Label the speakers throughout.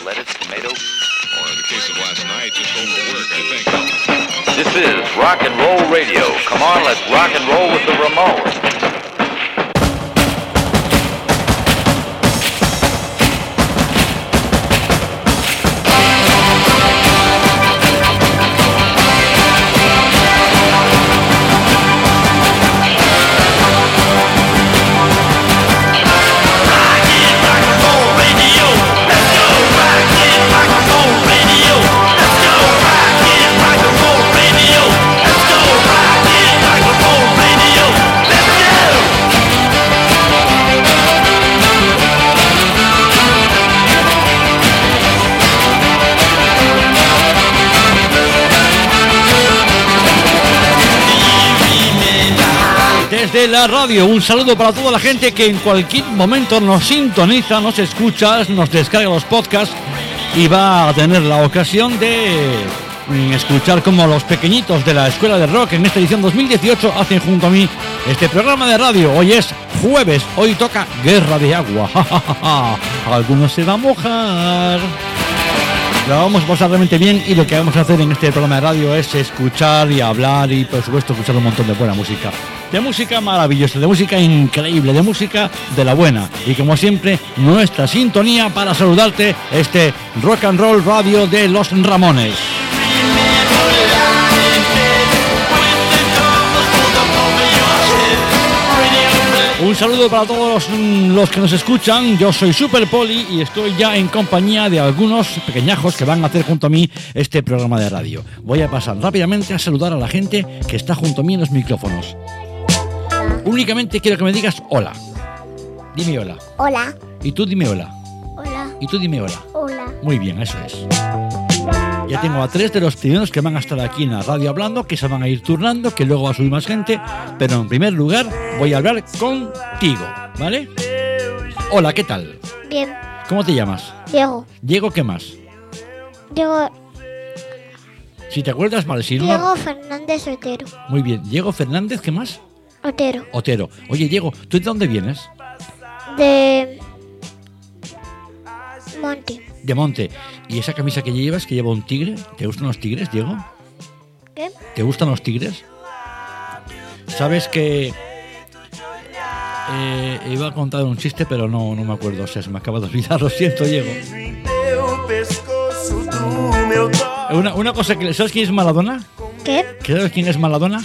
Speaker 1: tomato.
Speaker 2: Or in the case of last night, just overwork, I think.
Speaker 1: This is rock and roll radio. Come on, let's rock and roll with the Ramones.
Speaker 3: Desde la radio, un saludo para toda la gente que en cualquier momento nos sintoniza, nos escucha, nos descarga los podcasts y va a tener la ocasión de mm, escuchar como los pequeñitos de la Escuela de Rock en esta edición 2018 hacen junto a mí este programa de radio. Hoy es jueves, hoy toca Guerra de Agua. Ja, ja, ja, ja. Algunos se van a mojar. Lo vamos a pasar realmente bien y lo que vamos a hacer en este programa de radio es escuchar y hablar y por supuesto escuchar un montón de buena música. De música maravillosa, de música increíble, de música de la buena. Y como siempre, nuestra sintonía para saludarte este rock and roll radio de los Ramones. Un saludo para todos los, mm, los que nos escuchan. Yo soy Super Poli y estoy ya en compañía de algunos pequeñajos que van a hacer junto a mí este programa de radio. Voy a pasar rápidamente a saludar a la gente que está junto a mí en los micrófonos. Únicamente quiero que me digas hola. Dime hola.
Speaker 4: Hola,
Speaker 3: Y tú dime hola.
Speaker 4: hola,
Speaker 3: Y tú dime hola.
Speaker 4: hola.
Speaker 3: Muy bien, eso es. Ya tengo a tres de los primeros que van a estar aquí en la radio hablando, que se van a ir turnando, que luego va a subir más gente, pero en primer lugar voy a hablar contigo, ¿vale? Hola, ¿qué tal?
Speaker 4: Bien,
Speaker 3: ¿Cómo te llamas?
Speaker 4: Diego,
Speaker 3: Diego, ¿qué más?
Speaker 4: Diego,
Speaker 3: Si te acuerdas, vale, si no... no-
Speaker 4: Diego Fernández Otero.
Speaker 3: Muy bien, Diego Fernández, ¿qué más?
Speaker 4: Otero,
Speaker 3: Otero. Oye, Diego, ¿tú de dónde vienes?
Speaker 4: de Monte.
Speaker 3: De Monte. ¿Y esa camisa que llevas, que lleva un tigre? ¿Te gustan los tigres, Diego?
Speaker 4: ¿Qué?
Speaker 3: ¿Te gustan los tigres? Sabes que eh, iba a contar un chiste, pero no, no me acuerdo. O sea, se me acaba de olvidar. Lo siento, Diego.
Speaker 5: Teu pescoço do meu dó.
Speaker 3: Una, una cosa que sabes quién es Maradona.
Speaker 4: ¿Qué?
Speaker 3: ¿Que ¿Sabes quién es Maradona?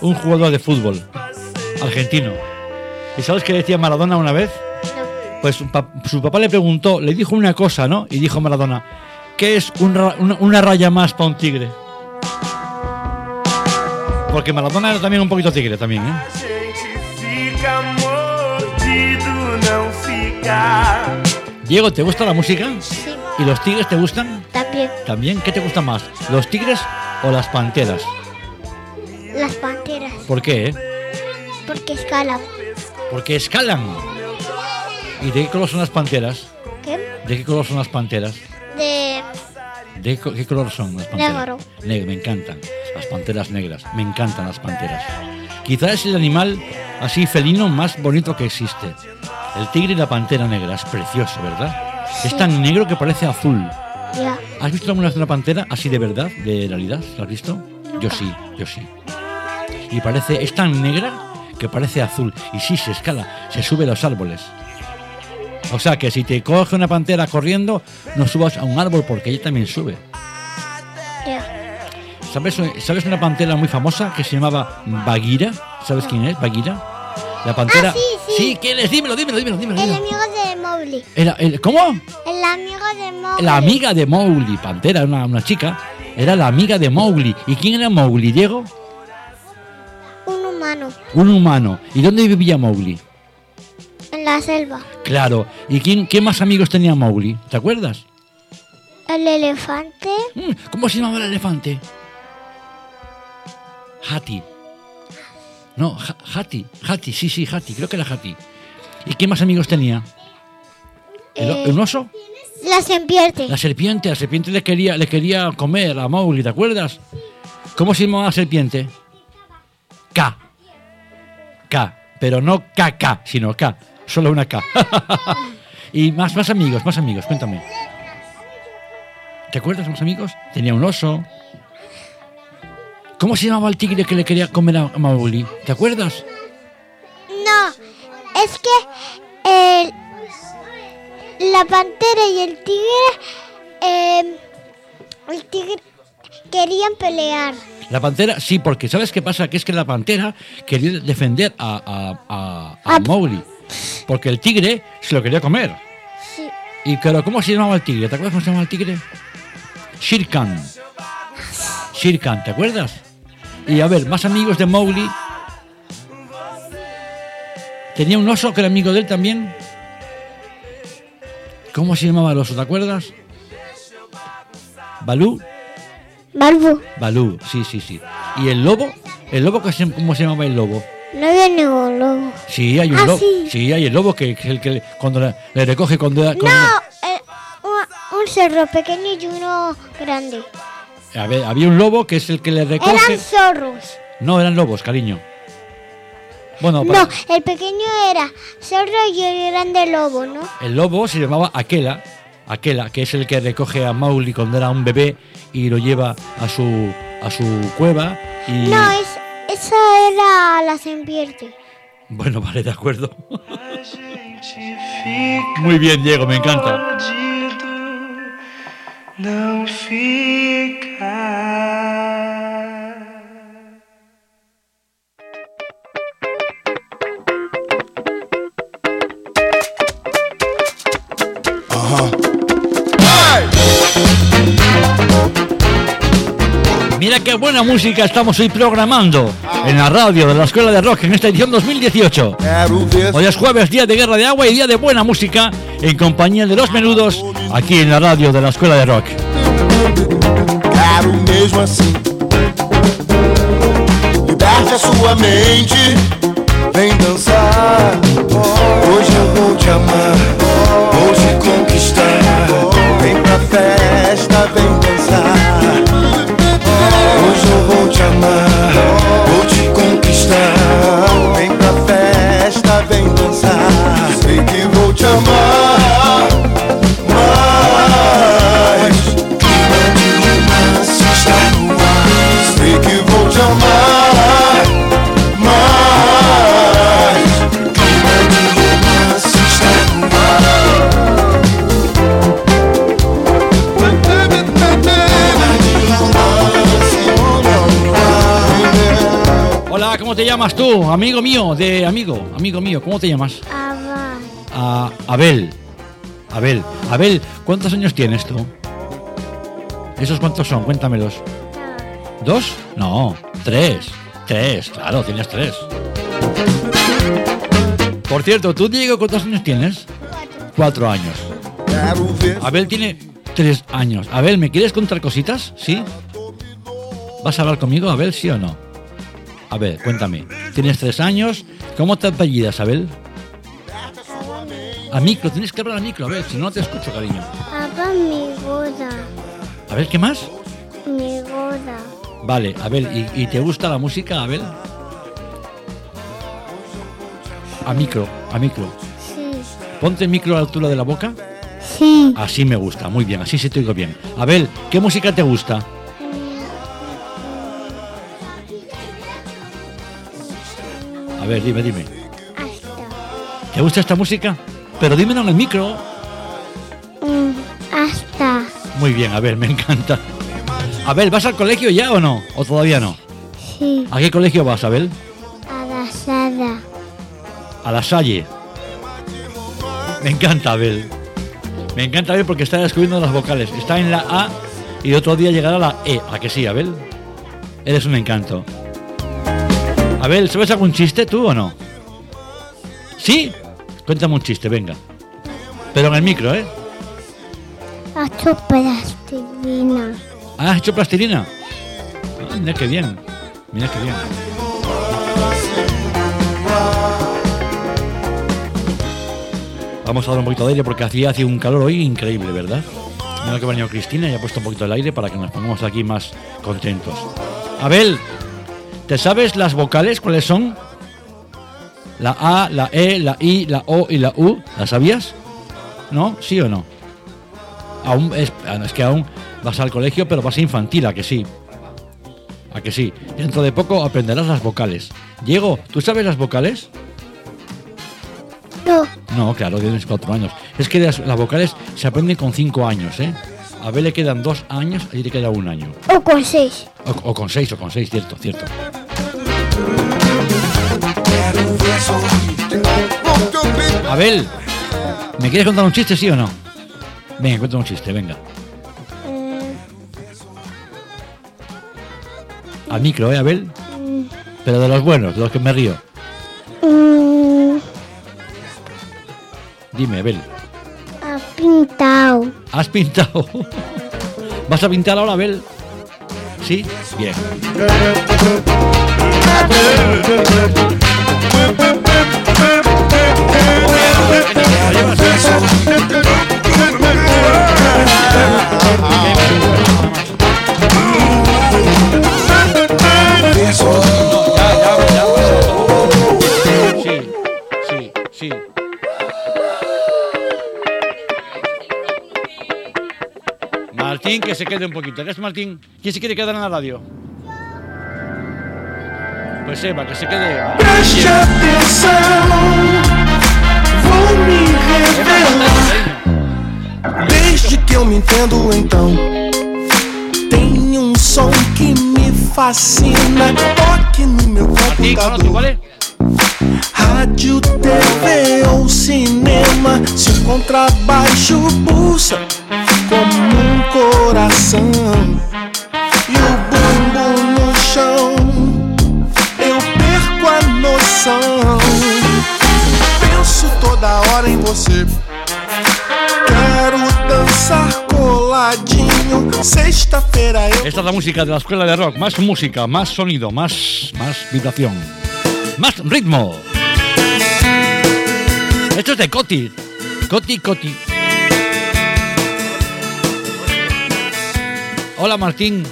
Speaker 3: Un jugador de fútbol argentino. ¿Y sabes qué decía Maradona una vez? Pues su, pa- su papá le preguntó, le dijo una cosa, ¿no? Y dijo Maradona, ¿qué es un ra- una, una raya más para un tigre? Porque Maradona era también un poquito tigre también, ¿eh?
Speaker 5: A gente fica mordido, não fica.
Speaker 3: Diego, ¿te gusta la música?
Speaker 4: Sí,
Speaker 3: ¿Y los tigres te gustan?
Speaker 4: también
Speaker 3: También, ¿qué te gusta más? ¿Los tigres o las panteras?
Speaker 4: las panteras,
Speaker 3: ¿Por qué? eh?
Speaker 4: porque escalan.
Speaker 3: Porque escalan. ¿Y de qué color son las panteras?
Speaker 4: ¿Qué?
Speaker 3: ¿De qué color son las panteras?
Speaker 4: De
Speaker 3: ¿De co- qué color son las panteras?
Speaker 4: Negro.
Speaker 3: Ne- me encantan. Las panteras negras. Me encantan las panteras. Quizás es el animal así felino más bonito que existe. El tigre y la pantera negra. Es precioso, ¿verdad? Es tan negro que parece azul.
Speaker 4: ya,
Speaker 3: ¿Has visto alguna vez una pantera así de verdad, de realidad? ¿La has visto? Yo sí, yo sí. Y parece, es tan negra que parece azul. Y sí, se escala, se sube a los árboles. O sea que si te coge una pantera corriendo, no subas a un árbol porque ella también sube.
Speaker 4: ya.
Speaker 3: ¿Sabes, ¿Sabes una pantera muy famosa que se llamaba Bagheera? ¿Sabes quién es? Bagheera. La pantera.
Speaker 4: Ah, sí, sí.
Speaker 3: ¿quién es? Dímelo, dímelo, dímelo, dímelo.
Speaker 4: El
Speaker 3: dímelo.
Speaker 4: amigo de Mowgli.
Speaker 3: Era- el- ¿Cómo?
Speaker 4: El amigo de Mowgli.
Speaker 3: La amiga de Mowgli, Pantera, una, una chica, era la amiga de Mowgli. ¿Y quién era Mowgli, Diego?
Speaker 4: Un humano
Speaker 3: Un humano. ¿Y dónde vivía Mowgli?
Speaker 4: en la selva.
Speaker 3: Claro. ¿Y quién, qué más amigos tenía Mowgli? ¿Te acuerdas?
Speaker 4: El elefante
Speaker 3: Mm, ¿Cómo se llamaba el elefante? Hati. No, Ha- Hati. Hati, sí, sí, Hati. Creo que era Hati. ¿Y qué más amigos tenía? ¿El, o-
Speaker 4: Eh,
Speaker 3: el oso?
Speaker 4: las empierte.
Speaker 3: La serpiente. La serpiente le quería, le quería comer a Mowgli, ¿te acuerdas? ¿Cómo se llamaba la serpiente? K. K. Pero no KK, sino K. Solo una K. y más, más amigos, más amigos, cuéntame. ¿Te acuerdas, unos amigos? Tenía un oso. ¿Cómo se llamaba el tigre que le quería comer a a Mowgli? ¿Te acuerdas?
Speaker 4: No, es que el- la pantera y el tigre, eh, el tigre querían pelear.
Speaker 3: La pantera, sí, porque ¿sabes qué pasa? Que es que la pantera quería defender a, a, a, a
Speaker 4: Ah.
Speaker 3: Mowgli. Porque el tigre se lo quería comer.
Speaker 4: Sí,
Speaker 3: Y claro, ¿cómo se llamaba el tigre? ¿Te acuerdas cómo se llamaba el tigre? Shirkan. Shirkan, ¿te acuerdas? Y a ver, más amigos de Mowgli. Tenía un oso que era amigo de él también. ¿Cómo se llamaba el oso? ¿Te acuerdas? Balú.
Speaker 4: Balbu,
Speaker 3: Balú, sí, sí, sí. ¿Y el lobo? ¿El lobo que se- cómo se llamaba el lobo?
Speaker 4: no había ningún lobo.
Speaker 3: Sí, hay un
Speaker 4: Ah,
Speaker 3: lobo.
Speaker 4: sí.
Speaker 3: hay el lobo que, que el que le- cuando la- le recoge cuando, cuando-
Speaker 4: No, eh, un, un zorro pequeño y uno grande.
Speaker 3: A ver, había un lobo que es el que le recoge.
Speaker 4: Eran zorros.
Speaker 3: No, eran lobos, cariño. Bueno,
Speaker 4: No,
Speaker 3: para-
Speaker 4: el pequeño era zorro y el grande lobo, ¿no?
Speaker 3: el lobo se llamaba Aquela, Aquela, que es el que recoge a Mauli cuando era un bebé y lo lleva a su a su cueva y
Speaker 4: No, eh. es, esa era la serpiente.
Speaker 3: bueno, vale, de acuerdo. Muy bien, Diego, me encanta.
Speaker 5: Não ficar.
Speaker 3: Mira qué buena música estamos hoy programando en la radio de la Escuela de Rock en esta edición 2018.
Speaker 6: Quero ver
Speaker 3: Hoy es jueves, día de guerra de agua y día de buena música en compañía de los menudos aquí en la radio de la Escuela de Rock.
Speaker 6: Quero mesmo assim. Liberte a sua mente. Vem dançar. Hoje eu vou te amar. Vou te conquistar. Vem pra festa, vem dançar. Hoje eu vou te amar. Vou te conquistar. Vem pra festa, vem dançar. Sei que vou te amar. Mas clima de romance está no ar. Sei que vou te amar. Mas clima de romance está no ar. Clima de romance no ar.
Speaker 3: Hola, ¿cómo te llamas tú? Amigo mío, de amigo, amigo mío, ¿cómo te llamas?
Speaker 4: Ah,
Speaker 3: A Abel. Abel, Abel, ¿cuántos años tienes tú? ¿Esos cuántos son? Cuéntamelos. ¿Dos? No, tres. Tres, claro, tienes tres. Por cierto, tú, Diego, ¿cuántos años tienes? Cuatro años.
Speaker 6: Quero ver
Speaker 3: Abel tiene tres años. Abel, ¿me quieres contar cositas? ¿Sí? ¿Vas a hablar conmigo, Abel, sí o no? Abel, cuéntame. Tienes tres años. ¿Cómo te apellidas, Abel? A micro, tienes que hablar a micro, Abel, si no no te escucho, cariño.
Speaker 4: Papá, mi boda,
Speaker 3: A ver, ¿qué más?
Speaker 4: mi boda.
Speaker 3: Vale, Abel, ¿y, y te gusta la música, Abel? A micro, a micro.
Speaker 4: Sí,
Speaker 3: Ponte el micro a la altura de la boca.
Speaker 4: sí.
Speaker 3: Así me gusta, muy bien, así se te oigo bien. Abel, ¿qué música te gusta? A ver, dime, dime.
Speaker 4: Hasta.
Speaker 3: ¿Te gusta esta música? Pero dímelo en el micro.
Speaker 4: Mm, hasta.
Speaker 3: Muy bien, a ver, me encanta. A ver, ¿vas al colegio ya o no? ¿O todavía no?
Speaker 4: Sí.
Speaker 3: ¿A qué colegio vas, Abel?
Speaker 4: Abrazada.
Speaker 3: A la Salle. Me encanta, Abel. Me encanta Abel porque está descubriendo las vocales. Está en la A y otro día llegará a la E. ¿A que sí, Abel? Eres un encanto. Abel, ¿sabes algún chiste tú o no? ¿Sí? Cuéntame un chiste, venga. Pero en el micro, ¿eh?
Speaker 4: Ocho plastilina.
Speaker 3: Ah, ¿Has hecho plastilina? Ah, mira qué bien. Mira qué bien. Vamos a dar un poquito de aire porque hacía, hacía un calor hoy increíble, ¿verdad? Mira que ha venido Cristina y ha puesto un poquito el aire para que nos pongamos aquí más contentos. Abel, ¿te sabes las vocales? ¿Cuáles son? La A, la E, la I, la O y la U. ¿Las sabías? ¿No? ¿Sí o no? aún es, ah, no, es que aún vas al colegio, pero vas infantil, a que sí. A que sí. Dentro de poco aprenderás las vocales. Diego, ¿tú sabes las vocales?
Speaker 4: No,
Speaker 3: No, claro, tienes cuatro años. Es que las, las vocales se aprenden con cinco años, ¿eh? A B le quedan dos años, a ti te queda un año.
Speaker 4: o con seis.
Speaker 3: O, o con seis, o con seis, cierto, cierto. Abel, ¿me quieres contar un chiste, sí o no? Venga, cuéntame un chiste, venga.
Speaker 4: Mm,
Speaker 3: Al micro, ¿eh, Abel? Pero de los buenos, de los que me río.
Speaker 4: Mm,
Speaker 3: Dime, Abel,
Speaker 4: ha pintado.
Speaker 3: ¿has pintado? ¿Vas a pintar ahora, Abel? ¿Sí? Bien. Sí, sí, sí. Martín, que se quede un poquito. ¿Qué es Martín? ¿Quién se quiere quedar en la radio? Pues Eva, que se quede Eva.
Speaker 6: Preste atenção, vou me revelar. Desde que eu me entendo, então, tem um som que me fascina. Toque no meu
Speaker 3: Martín, con otro,
Speaker 6: computador.
Speaker 3: ¿vale?
Speaker 6: Rádio, TV ou cinema, se o contrabaixo pulsa como um coração e o bumbum no chão, eu perco a noção. Penso toda hora em você. Quero dançar coladinho. Sexta-feira eu
Speaker 3: Esta es la música de la escuela de rock. Más música, más sonido, más, más vibración, más ritmo. Esto es de Coti. Coti, Coti. Hola Martín,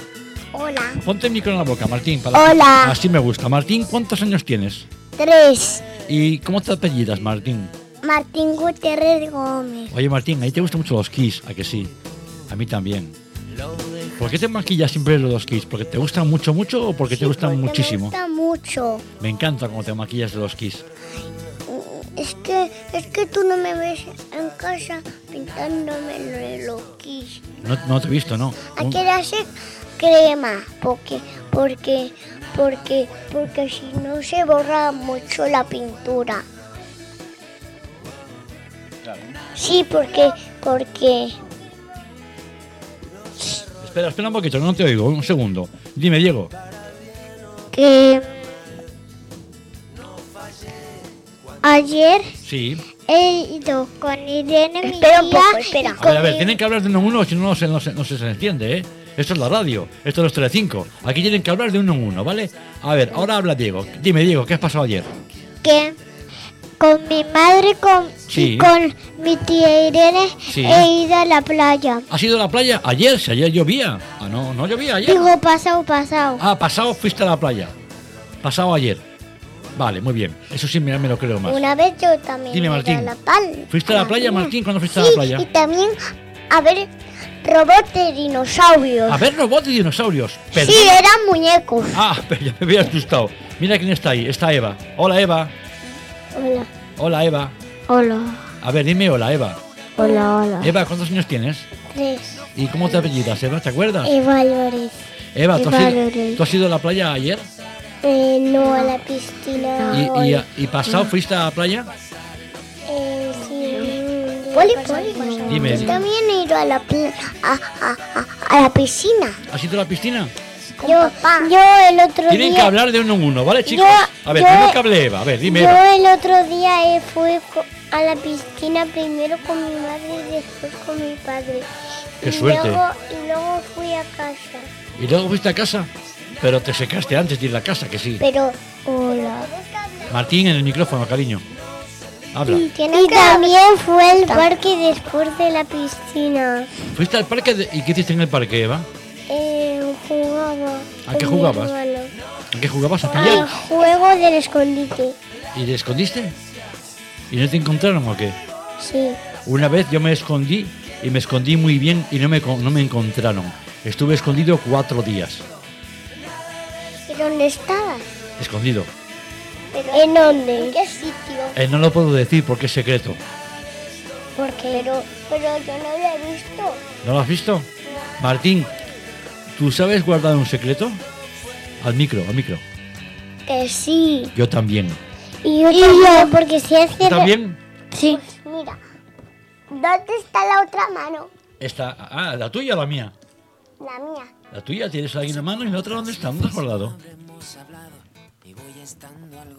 Speaker 4: Hola.
Speaker 3: ponte el micro en la boca, Martín. para-
Speaker 4: Hola.
Speaker 3: Así me gusta. Martín, ¿cuántos años tienes?
Speaker 4: Tres.
Speaker 3: ¿Y cómo te apellidas, Martín?
Speaker 4: Martín Gutiérrez Gómez.
Speaker 3: Oye, Martín, a ti te gustan mucho los Kiss, ¿a que sí? A mí también. ¿Por qué te maquillas siempre los Kiss? ¿Porque te gustan mucho, mucho o porque te gustan muchísimo?
Speaker 4: Me gusta mucho.
Speaker 3: Me encanta cómo te maquillas de los Kiss.
Speaker 4: Es que, es que tú no me ves en casa pintándome el reloquís.
Speaker 3: No, no te he visto, ¿no? Un-
Speaker 4: Aquí le hace crema, porque, porque, porque, porque si no se borra mucho la pintura. Sí, porque, porque
Speaker 3: Espera, espera un poquito, no te oigo. Un segundo. Dime, Diego.
Speaker 4: que ayer
Speaker 3: Sí.
Speaker 4: he ido con Irene mi
Speaker 7: Espera un
Speaker 4: tía,
Speaker 7: poco,
Speaker 4: y
Speaker 7: espera.
Speaker 3: A ver, a
Speaker 4: con
Speaker 3: ver,
Speaker 4: mi-
Speaker 3: tienen que hablar de uno en uno, si no, no se, no, se, no se entiende, ¿eh? Esto es la radio, esto es los Telecinco. Aquí tienen que hablar de uno en uno, ¿vale? A ver, ahora habla Diego. Dime, Diego, ¿qué has pasado ayer?
Speaker 4: que con mi madre con,
Speaker 3: Sí.
Speaker 4: y con mi tía Irene
Speaker 3: Sí.
Speaker 4: he ido a la playa.
Speaker 3: ¿Has ido a la playa? Ayer, si ayer llovía. Ah, no, no llovía ayer.
Speaker 4: Digo, pasado, pasado.
Speaker 3: Ah, pasado fuiste a la playa. Pasado ayer. Vale, muy bien. Eso sí me, me lo creo más.
Speaker 4: Una vez yo también
Speaker 3: Dime,
Speaker 4: he ido
Speaker 3: Martín.
Speaker 4: a la pal-
Speaker 3: ¿Fuiste a la playa, Martín? ¿Cuándo fuiste a la
Speaker 4: Sí,
Speaker 3: playa?
Speaker 4: Y también a ver robots de dinosaurios.
Speaker 3: A ver, robots y dinosaurios. Ah, Perdón.
Speaker 4: sí, eran muñecos.
Speaker 3: Ah, pero ya me había asustado. Mira quién está ahí. Está Eva. Hola, Eva.
Speaker 4: Hola,
Speaker 3: Hola, Eva.
Speaker 4: hola,
Speaker 3: A ver, dime hola, Eva.
Speaker 4: hola, hola.
Speaker 3: Eva, ¿cuántos años tienes?
Speaker 4: Tres.
Speaker 3: ¿Y cómo te apellidas, Eva? ¿Te acuerdas?
Speaker 4: Eva Álvarez.
Speaker 3: Eva, ¿tú has,
Speaker 4: Eva
Speaker 3: ido,
Speaker 4: Lorenz.
Speaker 3: tú has ido a la playa ayer?
Speaker 4: Eh, no a la piscina.
Speaker 3: ¿Y, y, y pasado
Speaker 4: Mm.
Speaker 3: fuiste a la playa?
Speaker 4: Eh, sí. Poli, poli.
Speaker 3: Dime,
Speaker 4: Yo
Speaker 3: dime.
Speaker 4: también he ido a la, pla- a, a- a- a la piscina.
Speaker 3: ¿Has ido a la piscina?
Speaker 4: Yo, yo el otro
Speaker 3: Tienen que
Speaker 4: día...
Speaker 3: hablar de uno en uno, ¿vale, chicos?
Speaker 4: Yo-
Speaker 3: A ver,
Speaker 4: yo-
Speaker 3: primero que hable Eva. A ver, dime,
Speaker 4: Yo
Speaker 3: Eva.
Speaker 4: el otro día eh, fui co- a la piscina primero con mi madre y después con mi padre.
Speaker 3: Qué
Speaker 4: y
Speaker 3: suerte.
Speaker 4: Luego, y luego fui a casa.
Speaker 3: ¿Y luego fuiste a casa? Pero te secaste antes de ir a casa, que sí.
Speaker 4: Pero, hola.
Speaker 3: Martín, en el micrófono, cariño. Habla.
Speaker 4: Y también fue al parque después de la piscina.
Speaker 3: ¿Fuiste al parque de- y qué hiciste en el parque, Eva?
Speaker 4: Eh, jugaba.
Speaker 3: ¿A
Speaker 4: con
Speaker 3: qué
Speaker 4: mi
Speaker 3: jugabas?
Speaker 4: hermano.
Speaker 3: ¿En qué jugabas a
Speaker 4: Al
Speaker 3: pillar?
Speaker 4: juego del escondite.
Speaker 3: ¿Y te escondiste? ¿Y no te encontraron o qué?
Speaker 4: Sí.
Speaker 3: Una vez yo me escondí y me escondí muy bien y no me, co- no me encontraron. Estuve escondido cuatro días.
Speaker 4: ¿Y dónde estabas?
Speaker 3: Escondido.
Speaker 4: ¿En dónde? ¿En qué sitio?
Speaker 3: Eh, no lo puedo decir porque es secreto.
Speaker 4: Porque pero, pero yo no lo he visto.
Speaker 3: ¿No lo has visto? Martín, ¿tú sabes guardar un secreto? Al micro, al micro.
Speaker 4: Que sí.
Speaker 3: Yo también.
Speaker 4: Y yo también, porque si es
Speaker 3: ¿Tú también?
Speaker 4: Sí. mira, ¿dónde está la otra mano?
Speaker 3: Esta, ah, la tuya o la mía.
Speaker 4: La mía.
Speaker 3: La tuya tienes ahí en la mano y la otra dónde está, ¿dónde has guardado?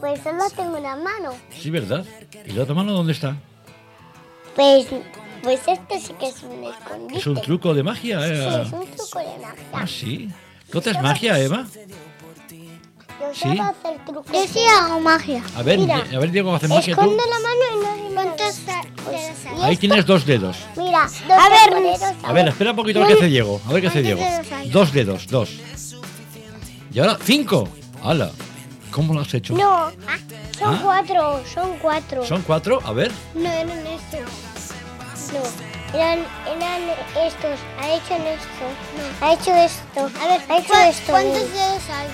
Speaker 4: Pues solo tengo una mano.
Speaker 3: Sí, ¿verdad? ¿Y la otra mano dónde está?
Speaker 4: Pues, pues este sí que es un escondite.
Speaker 3: Es un truco de magia,
Speaker 4: Sí,
Speaker 3: eh.
Speaker 4: es un truco de magia.
Speaker 3: Ah, sí. ¿Tú haces magia, Eva?
Speaker 4: Yo
Speaker 3: sí.
Speaker 4: solo hacer trucos. Yo sí hago magia.
Speaker 3: A ver,
Speaker 4: mira,
Speaker 3: Di- a ver, Diego, haces magia tú.
Speaker 4: la mano y no ¿Cuántos dedos
Speaker 3: Ahí tienes dos dedos.
Speaker 4: pues, Mira, a ver,
Speaker 3: A ver, espera un poquito a ver qué hace Diego. A ver qué hace Diego. Dos dedos, dos. Y ahora, cinco. ¡Hala! ¿Cómo lo has hecho?
Speaker 4: No, son
Speaker 3: Ah.
Speaker 4: cuatro, son cuatro.
Speaker 3: Son cuatro, a ver.
Speaker 4: No eran estos. No, eran, eran estos. Ha hecho esto. Ha hecho esto. A ver, ha hecho esto. ¿Cuántos dedos hay?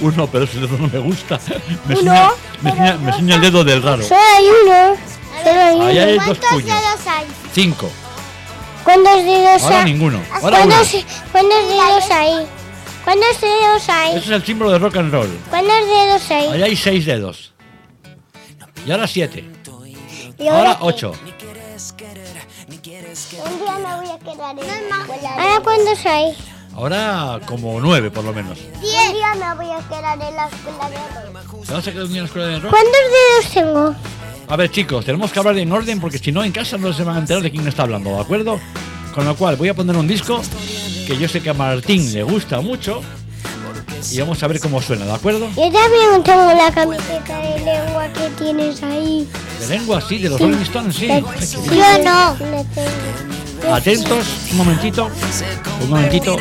Speaker 3: Uno, pero ese dedo no me gusta. Me
Speaker 4: Uno,
Speaker 3: enseña, me
Speaker 4: pero
Speaker 3: enseña- me
Speaker 4: no
Speaker 3: enseña el dedo del raro.
Speaker 4: Solo hay uno. Solo hay
Speaker 3: Ahí hay
Speaker 4: uno.
Speaker 3: dos puños.
Speaker 4: hay?
Speaker 3: Cinco.
Speaker 4: ¿Cuántos dedos
Speaker 3: Ahora
Speaker 4: hay?
Speaker 3: ninguno. Ahora uno.
Speaker 4: ¿Cuántos, ¿Cuántos dedos hay? ¿Cuántos dedos
Speaker 3: Ese
Speaker 4: hay?
Speaker 3: es el símbolo de rock and roll.
Speaker 4: ¿Cuántos dedos hay?
Speaker 3: Ahí hay seis dedos. Y ahora siete.
Speaker 4: Y
Speaker 3: Ahora ocho.
Speaker 4: Un día me voy a quedar en ¿Ahora cuántos hay?
Speaker 3: Ahora como nueve, por lo menos.
Speaker 4: Diez. Un día me voy a quedar en la escuela de rock.
Speaker 3: ¿Te vas a quedar un día en la escuela de rock?
Speaker 4: ¿Cuántos dedos tengo?
Speaker 3: A ver, chicos, tenemos que hablar en orden porque si no, en casa no se van a enterar de quién está hablando, ¿de acuerdo? Con lo cual, voy a poner un disco que yo sé que a Martín le gusta mucho y vamos a ver cómo suena, ¿de acuerdo?
Speaker 4: Yo también tengo la camiseta de lengua que tienes ahí.
Speaker 3: De lengua, sí, de los Rolling Stones, sí. Ay, qué bien.
Speaker 4: Yo no.
Speaker 3: Atentos, un momentito, un momentito.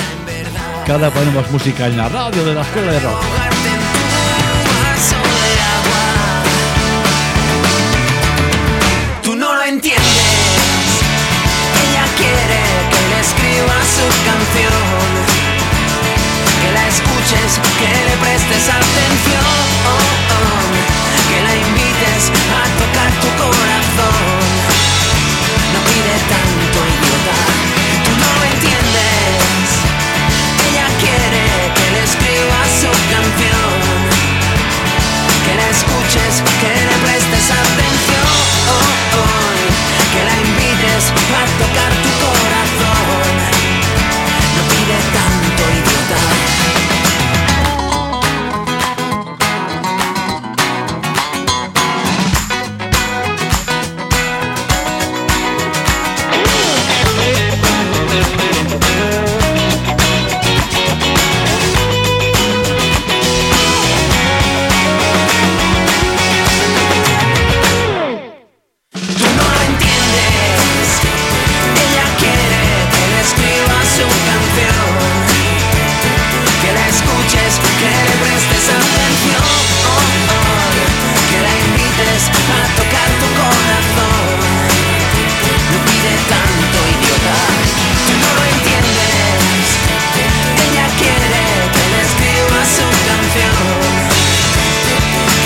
Speaker 3: Que ahora ponemos música en la radio de la escuela de rock.
Speaker 7: Tú no lo entiendes. Ella quiere que le escriba su canción. Que la escuches, que le prestes atención. Que la invites a tocar tu corazón. No pide tanto idiota. Tú no lo entiendes. Ella quiere que le escriba su canción que la escuches, que le prestes atención, que la invites a tocar tu corazón. No pide tanto idiota. Tú no lo entiendes. Ella quiere que le escribas su canción, que la escuches, que le prestes atención, que la invites a tocar tu corazón. No pide tanto idiota. Tú no lo entiendes. Ella quiere que le escribas su canción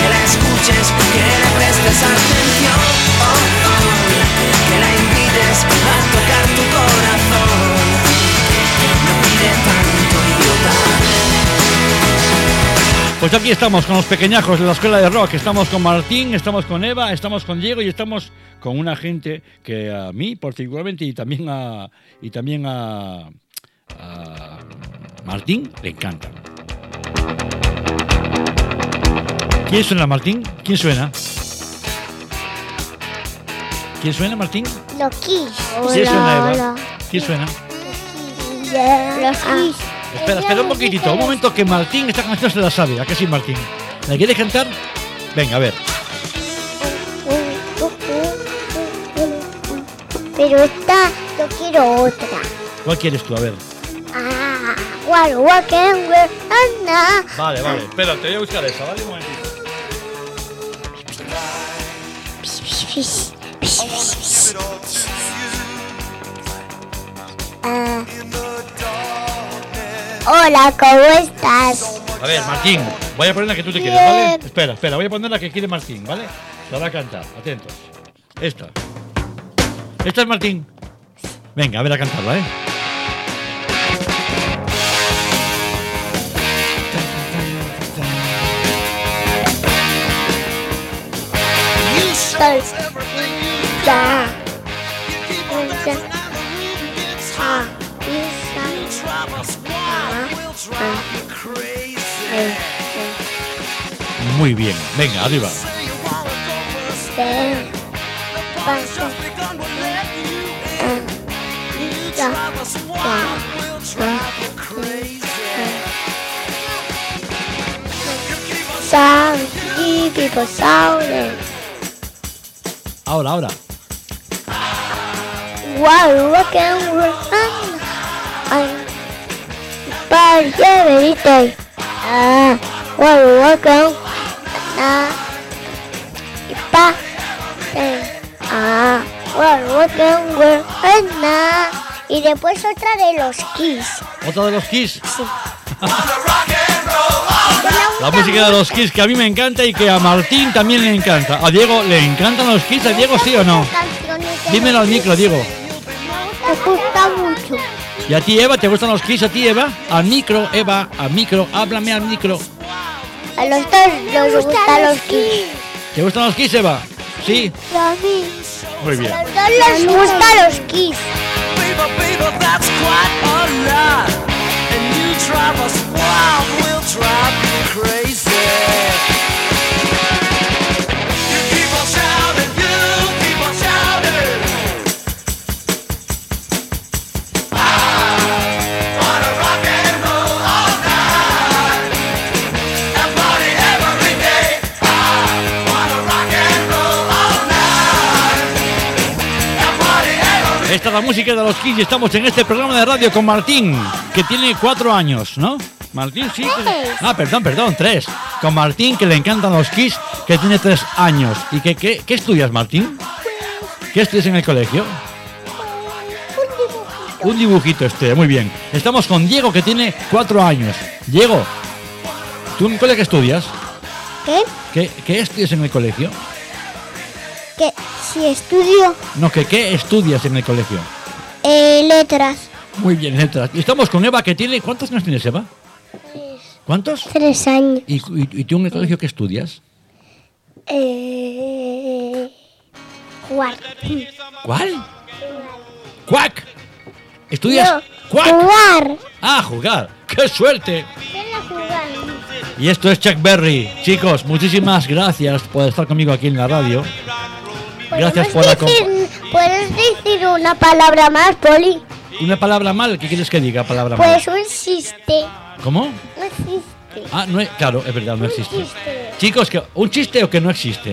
Speaker 7: que la escuches, que le prestes atención, oh, oh, que la invites a tocar tu corazón. No pide tanto idiota.
Speaker 3: Pues aquí estamos con los pequeñajos de la escuela de rock. Estamos con Martín, estamos con Eva, estamos con Diego y estamos con una gente que a mí particularmente y también a y también a, a Martín le encanta. ¿Quién suena Martín? ¿Quién suena? ¿Quién suena Martín?
Speaker 4: Los Kiss.
Speaker 3: ¿Quién suena Eva? ¿Quién suena?
Speaker 4: Los Kiss.
Speaker 3: Espera, espera un poquitito, un momento que Martín esta canción se la sabe. ¿A que sí, Martín? ¿La quieres cantar? Venga, a ver.
Speaker 4: Pero esta, yo quiero otra.
Speaker 3: ¿Cuál quieres tú? A ver.
Speaker 4: Ah, what walking with Anna.
Speaker 3: Vale, vale. Espera, te voy a buscar esa, ¿vale? Un momentito.
Speaker 4: Psh, psh, psh, psh, psh, psh. Ah. Hola, ¿cómo estás?
Speaker 3: A ver, Martín, voy a poner la que tú te quieres,
Speaker 4: Bien.
Speaker 3: ¿vale? Espera, espera, voy a poner la que quiere Martín, ¿vale? La va a cantar, atentos. Esta. Esta es Martín. Venga, a ver a cantarla, ¿eh?
Speaker 4: Sol. Ya.
Speaker 7: Ah,
Speaker 4: Ya. Ah, y sol. Eh, eh,
Speaker 3: Muy bien, venga, arriba.
Speaker 4: eh. Pasa. Ah, ya. Ya. Sound, give people sound. eh.
Speaker 3: Ahora, ahora.
Speaker 4: Wow, rock and roll. I'm party every day. Ah, wow, rock and ah, pa. Ah, wow, rock and roll. Ah, y después otra de los Kiss.
Speaker 3: Otra de los Kiss.
Speaker 4: Sí.
Speaker 3: La música de los Kiss que a mí me encanta y que a Martín también le encanta. A Diego, ¿le encantan los Kiss? ¿A Diego sí o no? Dímelo al micro, Diego.
Speaker 4: Me gusta mucho.
Speaker 3: ¿Y a ti, Eva? ¿Te gustan los Kiss? ¿A ti, Eva? Al micro, Eva, a micro, háblame al micro.
Speaker 4: A los dos nos gustan los Kiss.
Speaker 3: ¿Te gustan los Kiss, Eva? Sí.
Speaker 4: A mí.
Speaker 3: Muy bien.
Speaker 4: A los dos les gustan los Kiss.
Speaker 7: Baby, baby, that's quite a lot. And you drive us wild, we'll drive you crazy. You keep on shouting, you keep on shouting. I wanna rock and roll all night. And party every day. I wanna rock and roll all night. And party every
Speaker 3: Esta es la música de los Kiss y estamos en este programa de radio con Martín, que tiene cuatro años, ¿no? Martín, sí. que-
Speaker 4: Tres.
Speaker 3: Ah, perdón, perdón, tres. Con Martín, que le encantan los Kiss, que tiene tres años. ¿Y que, que- qué estudias, Martín? ¿Qué estudias en el colegio? Un dibujito este, muy bien. Estamos con Diego, que tiene cuatro años. Diego, ¿tú en qué que estudias?
Speaker 4: ¿Qué?
Speaker 3: ¿Qué, ¿Qué estudias en el colegio?
Speaker 4: Que si estudio
Speaker 3: No, que qué estudias en el colegio.
Speaker 4: eh, letras.
Speaker 3: Muy bien, letras. Y estamos con Eva, que tiene... ¿Cuántos años tienes, Eva? ¿Cuántos?
Speaker 4: Tres años.
Speaker 3: ¿Y, cu- y, y tú en el colegio qué estudias?
Speaker 4: Eh, cuarto.
Speaker 3: ¿Cuál? ¡Cuac! ¿Estudias? ¡Cuac!
Speaker 4: Jugar.
Speaker 3: ¡Ah, jugar! ¡Qué suerte!
Speaker 4: jugar.
Speaker 3: Y esto es Chuck Berry. Chicos, muchísimas gracias por estar conmigo aquí en la radio. Gracias por la compa-
Speaker 4: decir, ¿Puedes decir una palabra más, Poli?
Speaker 3: ¿Una palabra mal? ¿Qué quieres que diga? Palabra mal.
Speaker 4: Pues un chiste.
Speaker 3: ¿Cómo?
Speaker 4: No existe.
Speaker 3: Ah, no es... Claro, es verdad, no
Speaker 4: Un
Speaker 3: existe.
Speaker 4: chiste.
Speaker 3: Chicos, que ¿un chiste o que no existe?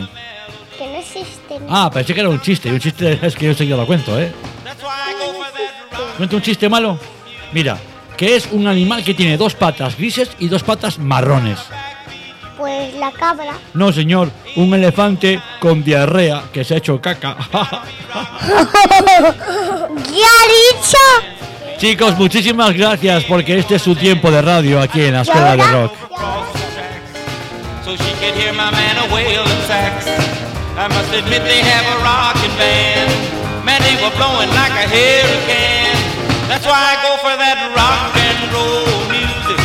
Speaker 4: Que no existe.
Speaker 3: Ah, pensé que era un chiste. Y un chiste es que yo enseguida lo cuento, ¿eh? ¿Cuento un chiste malo? Mira, que es un animal que tiene dos patas grises y dos patas marrones.
Speaker 4: Pues la cabra.
Speaker 3: No, señor, un elefante con diarrea que se ha hecho caca.
Speaker 4: ¿Qué ha dicho?
Speaker 3: Chicos, muchísimas gracias porque este es su tiempo de radio aquí en la Escuela de Rock.
Speaker 8: so she could hear my man a wailing sax. I must admit they have a rockin' band. Man, they were blowing like a hurricane. That's why I go for that rock and roll music.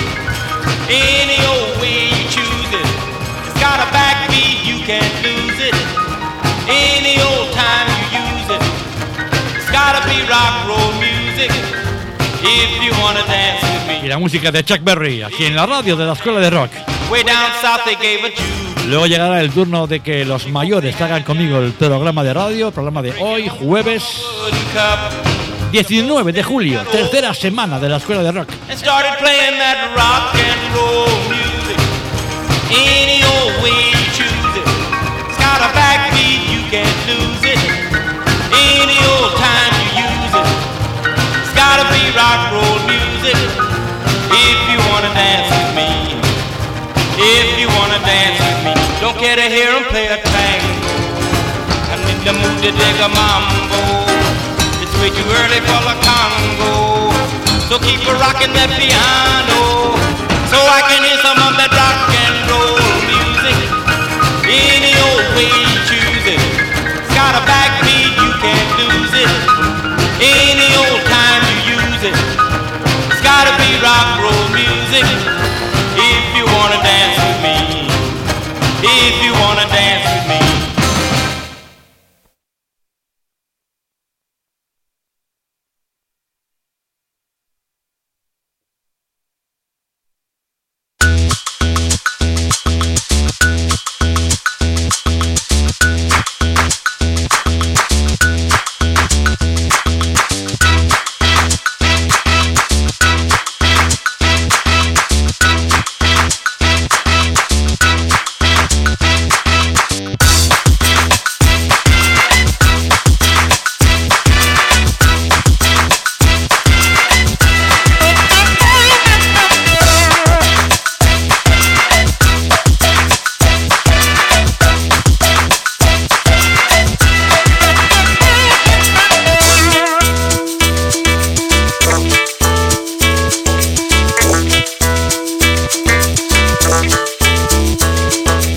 Speaker 8: Any old way you choose it. It's got a backbeat, you can't lose it. Any old time you use it. It's gotta be rock roll music. If you wanna dance with me.
Speaker 3: Y la música de Chuck Berry aquí en la radio de la Escuela de Rock.
Speaker 8: Way down south they gave a juke.
Speaker 3: Luego llegará el turno de que los mayores hagan conmigo el programa de radio, programa de hoy, jueves
Speaker 8: wooden cup
Speaker 3: 19 de julio, tercera semana de la Escuela de Rock.
Speaker 8: and started playing that rock and roll music. Any old way you choose it. It's got a backbeat, you can't lose it. Any old time you use it. It's gotta be rock roll music. If you wanna dance with me. If you wanna dance with me. Don't care to hear 'em play a tango. I need to move to dig a mambo. It's way too early for a Congo. So So keep a rocking that piano so I can hear some of that rock and roll music. Any old way you choose it. It's got a backbeat, you can't lose it. Any old time you use it. It's gotta be rock roll music. If you wanna dance with me. If you wanna dance with me.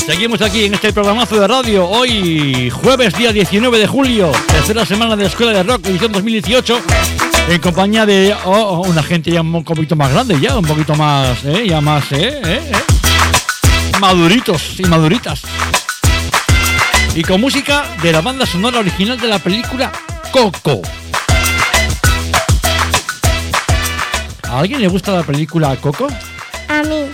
Speaker 3: Seguimos aquí en este programazo de radio, hoy jueves día 19 de julio, tercera semana de Escuela de Rock, edición 2018, en compañía de oh, oh, una gente ya un poquito más grande, ya un poquito más, eh, ya más, eh, eh, eh, maduritos y maduritas. Y con música de la banda sonora original de la película Coco. ¿A alguien le gusta la película Coco? ¿A
Speaker 4: A mí.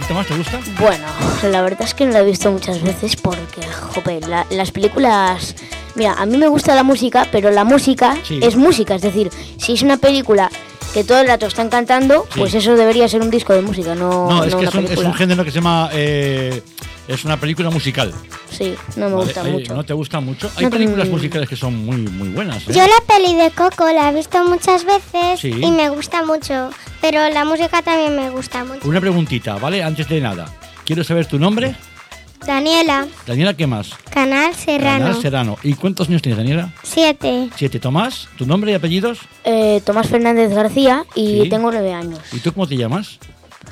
Speaker 3: ti Tomás te gusta?
Speaker 9: Bueno, la verdad es que no la he visto muchas veces porque, jope, la- las películas... Mira, a mí me gusta la música, pero la música
Speaker 3: Sí.
Speaker 9: es música. Es decir, si es una película que todo el rato están cantando,
Speaker 3: Sí.
Speaker 9: pues eso debería ser un disco de música, no,
Speaker 3: No, es
Speaker 9: no
Speaker 3: que
Speaker 9: una
Speaker 3: es un, es
Speaker 9: película.
Speaker 3: un género que se llama. eh, es una película musical.
Speaker 9: sí, no me
Speaker 3: ¿vale?
Speaker 9: gusta
Speaker 3: Hay-
Speaker 9: mucho.
Speaker 3: No te gusta mucho. Hay
Speaker 9: No te-
Speaker 3: películas musicales que son muy, muy buenas. ¿eh?
Speaker 4: Yo la peli de Coco la he visto muchas veces
Speaker 3: Sí.
Speaker 4: y me gusta mucho, pero la música también me gusta mucho.
Speaker 3: Una preguntita, ¿vale? Antes de nada. Quiero saber tu nombre.
Speaker 4: Daniela,
Speaker 3: Daniela, ¿qué más?
Speaker 4: Canal Serrano,
Speaker 3: Daniela Serrano. ¿Y cuántos años tienes, Daniela?
Speaker 4: 7.
Speaker 3: Siete. Tomás, ¿tu nombre y apellidos?
Speaker 9: Eh, Tomás Fernández García y
Speaker 3: Sí.
Speaker 9: tengo nueve años.
Speaker 3: ¿Y tú cómo te llamas?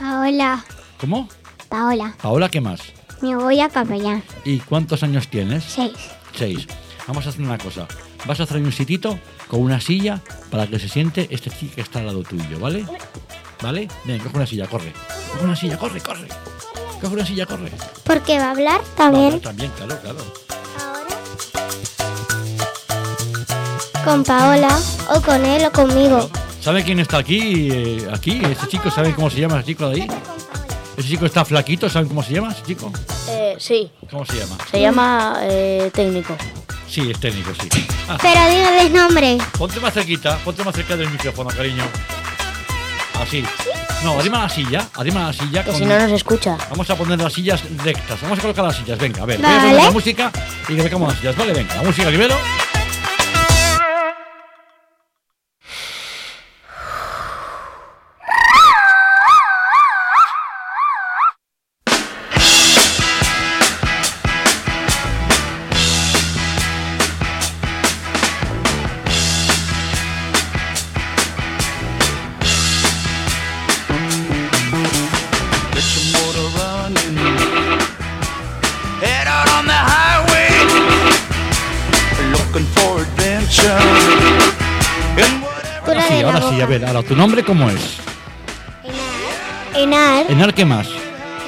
Speaker 4: Paola,
Speaker 3: ¿Cómo?
Speaker 4: Paola,
Speaker 3: Paola, ¿qué más?
Speaker 4: me voy a papayán.
Speaker 3: ¿Y cuántos años tienes?
Speaker 4: 6.
Speaker 3: Seis. Vamos a hacer una cosa. Vas a hacer un sitito con una silla para que se siente este chico que está al lado tuyo, ¿vale? ¿Vale? Ven, coge una silla, corre. Coge una silla, corre, corre. Coge una silla, corre.
Speaker 4: Porque va a hablar
Speaker 3: Vamos,
Speaker 4: también Oh.
Speaker 3: también, claro, claro.
Speaker 4: con Paola o con él o conmigo.
Speaker 3: ¿Sabe quién está aquí? eh, aquí, ese chico, ¿sabe cómo se llama ese chico de ahí? Ese chico está flaquito, ¿saben cómo se llama ese chico?
Speaker 9: Eh, sí,
Speaker 3: ¿Cómo se llama?
Speaker 4: Mm.
Speaker 9: se llama eh, técnico.
Speaker 3: Sí, es técnico, sí. Ah,
Speaker 4: Pero dígale el nombre.
Speaker 3: ponte más cerquita, ponte más cerca del micrófono, cariño. Así. No, arrima la silla, arrima la silla.
Speaker 9: Que
Speaker 3: con-
Speaker 9: si no nos escucha.
Speaker 3: Vamos a poner las sillas rectas. Vamos a colocar las sillas. Venga, a ver. Voy a
Speaker 4: Vale.
Speaker 3: poner la música y que recamos las sillas. Vale, venga. La música primero.
Speaker 7: Get your motor running. Head out on the highway. Looking for adventure. And whatever.
Speaker 4: Pura
Speaker 3: Sí,
Speaker 4: de la
Speaker 3: ahora sí, a
Speaker 4: boca.
Speaker 3: ver. Ahora, ¿tu nombre cómo es?
Speaker 4: Enar,
Speaker 3: Enar, ¿qué más?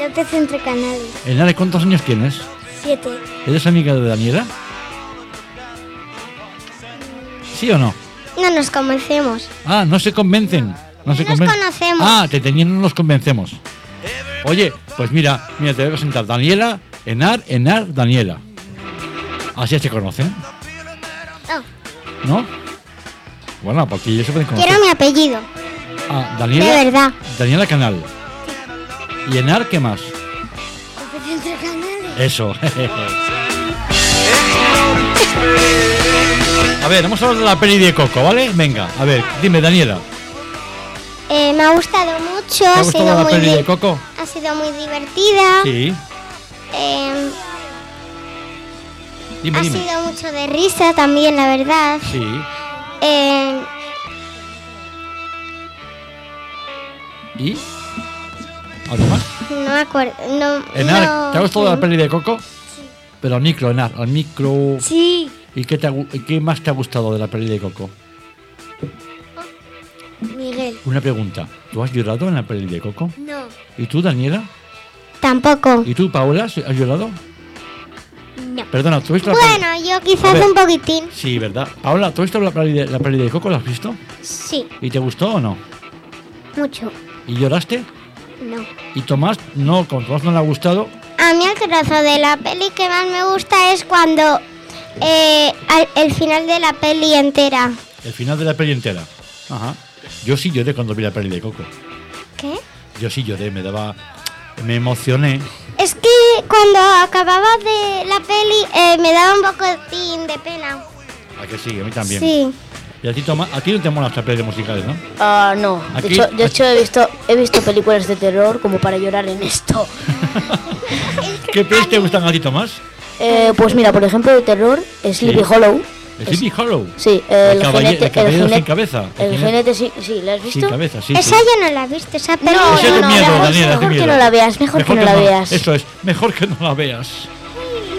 Speaker 4: López entre canales.
Speaker 3: Enar, ¿cuántos años tienes?
Speaker 4: 7.
Speaker 3: ¿Eres amiga de Daniela? ¿Sí o no?
Speaker 4: No nos convencemos.
Speaker 3: Ah, no se convencen. No se
Speaker 4: Nos
Speaker 3: conven-
Speaker 4: conocemos.
Speaker 3: Ah, te tenían, no nos convencemos. Oye, pues mira, mira, te voy a presentar Daniela, Enar, Enar, Daniela. Así se conocen,
Speaker 4: Oh,
Speaker 3: ¿no? Bueno, porque ellos se pueden conocer.
Speaker 4: quiero mi apellido.
Speaker 3: Ah,
Speaker 4: De
Speaker 3: Daniela.
Speaker 4: verdad.
Speaker 3: Daniela Canal. ¿Y Enar qué más?
Speaker 4: López entre canales.
Speaker 3: Eso. a ver, vamos a hablar de la peli de Coco, ¿vale? Venga, a ver, dime, Daniela.
Speaker 4: Eh, me ha gustado mucho.
Speaker 3: ¿Te ha
Speaker 4: Ha
Speaker 3: gustado
Speaker 4: sido,
Speaker 3: la
Speaker 4: muy
Speaker 3: peli
Speaker 4: di-
Speaker 3: de Coco?
Speaker 4: ha sido muy divertida.
Speaker 3: Sí.
Speaker 4: Eh,
Speaker 3: Dime,
Speaker 4: ha
Speaker 3: dime.
Speaker 4: sido mucho de Eh, risa también, la verdad.
Speaker 3: Sí.
Speaker 4: Eh,
Speaker 3: ¿Y? ¿Algo más?
Speaker 4: No me acuerdo. No,
Speaker 3: Enar,
Speaker 4: no.
Speaker 3: ¿te ha gustado la peli de Coco? Pero al micro, Enar, al micro.
Speaker 4: Sí.
Speaker 3: ¿Y qué, te ha gu- y qué más te ha gustado de la peli de Coco?
Speaker 4: Miguel.
Speaker 3: Una pregunta. ¿Tú has llorado en la peli de Coco?
Speaker 4: No.
Speaker 3: ¿Y tú, Daniela?
Speaker 4: Tampoco.
Speaker 3: ¿Y tú, Paola? ¿sí- ¿Has llorado?
Speaker 4: No.
Speaker 3: Perdona, ¿tú has visto la peli-
Speaker 4: Bueno, yo
Speaker 3: A
Speaker 4: quizás
Speaker 3: ver.
Speaker 4: un poquitín.
Speaker 3: Sí, ¿verdad? Paola, ¿tú has visto la peli, de, la peli de Coco? ¿La has visto?
Speaker 4: Sí.
Speaker 3: ¿Y te gustó o no?
Speaker 4: Mucho.
Speaker 3: ¿Y lloraste?
Speaker 4: No.
Speaker 3: ¿Y Tomás? No, con Tomás no le ha gustado.
Speaker 4: A mí el trozo de la peli que más me gusta es cuando eh, al- el final de la peli entera.
Speaker 3: El final de la peli entera. Ajá. Yo sí lloré cuando vi la peli de Coco.
Speaker 4: ¿Qué?
Speaker 3: Yo sí lloré, me daba. Me emocioné.
Speaker 4: Es que cuando acababa de la peli eh, me daba un poquitín de pena.
Speaker 3: ¿A que sí? A mí también.
Speaker 4: Sí.
Speaker 3: Y a ti, Tomás, a ti no te molan las pelis musicales, ¿no?
Speaker 9: Ah, no. De
Speaker 3: Aquí-
Speaker 9: hecho, de hecho he, visto, he visto películas de terror como para llorar en esto.
Speaker 3: ¿Qué pelis te gustan a ti, Tomás?
Speaker 9: Eh, pues mira, por ejemplo, de terror, Sleepy Hollow.
Speaker 3: Sleepy Hollow.
Speaker 9: Sí,
Speaker 3: El
Speaker 9: el
Speaker 3: caballe-
Speaker 9: jinete-
Speaker 3: el caballero
Speaker 9: el
Speaker 3: sin
Speaker 9: jinete-
Speaker 3: cabeza. El
Speaker 9: El
Speaker 3: jinete-
Speaker 9: jinete, sí, sí, ¿la has visto?
Speaker 3: Sin cabeza, sí. sí.
Speaker 4: Esa ya no la viste, esa peli.
Speaker 9: No,
Speaker 3: Ese es de
Speaker 9: no,
Speaker 3: miedo,
Speaker 9: mejor-
Speaker 3: Daniela, es de
Speaker 9: mejor que
Speaker 3: miedo.
Speaker 9: no la veas, mejor que no la veas.
Speaker 3: Eso es, mejor que no la veas.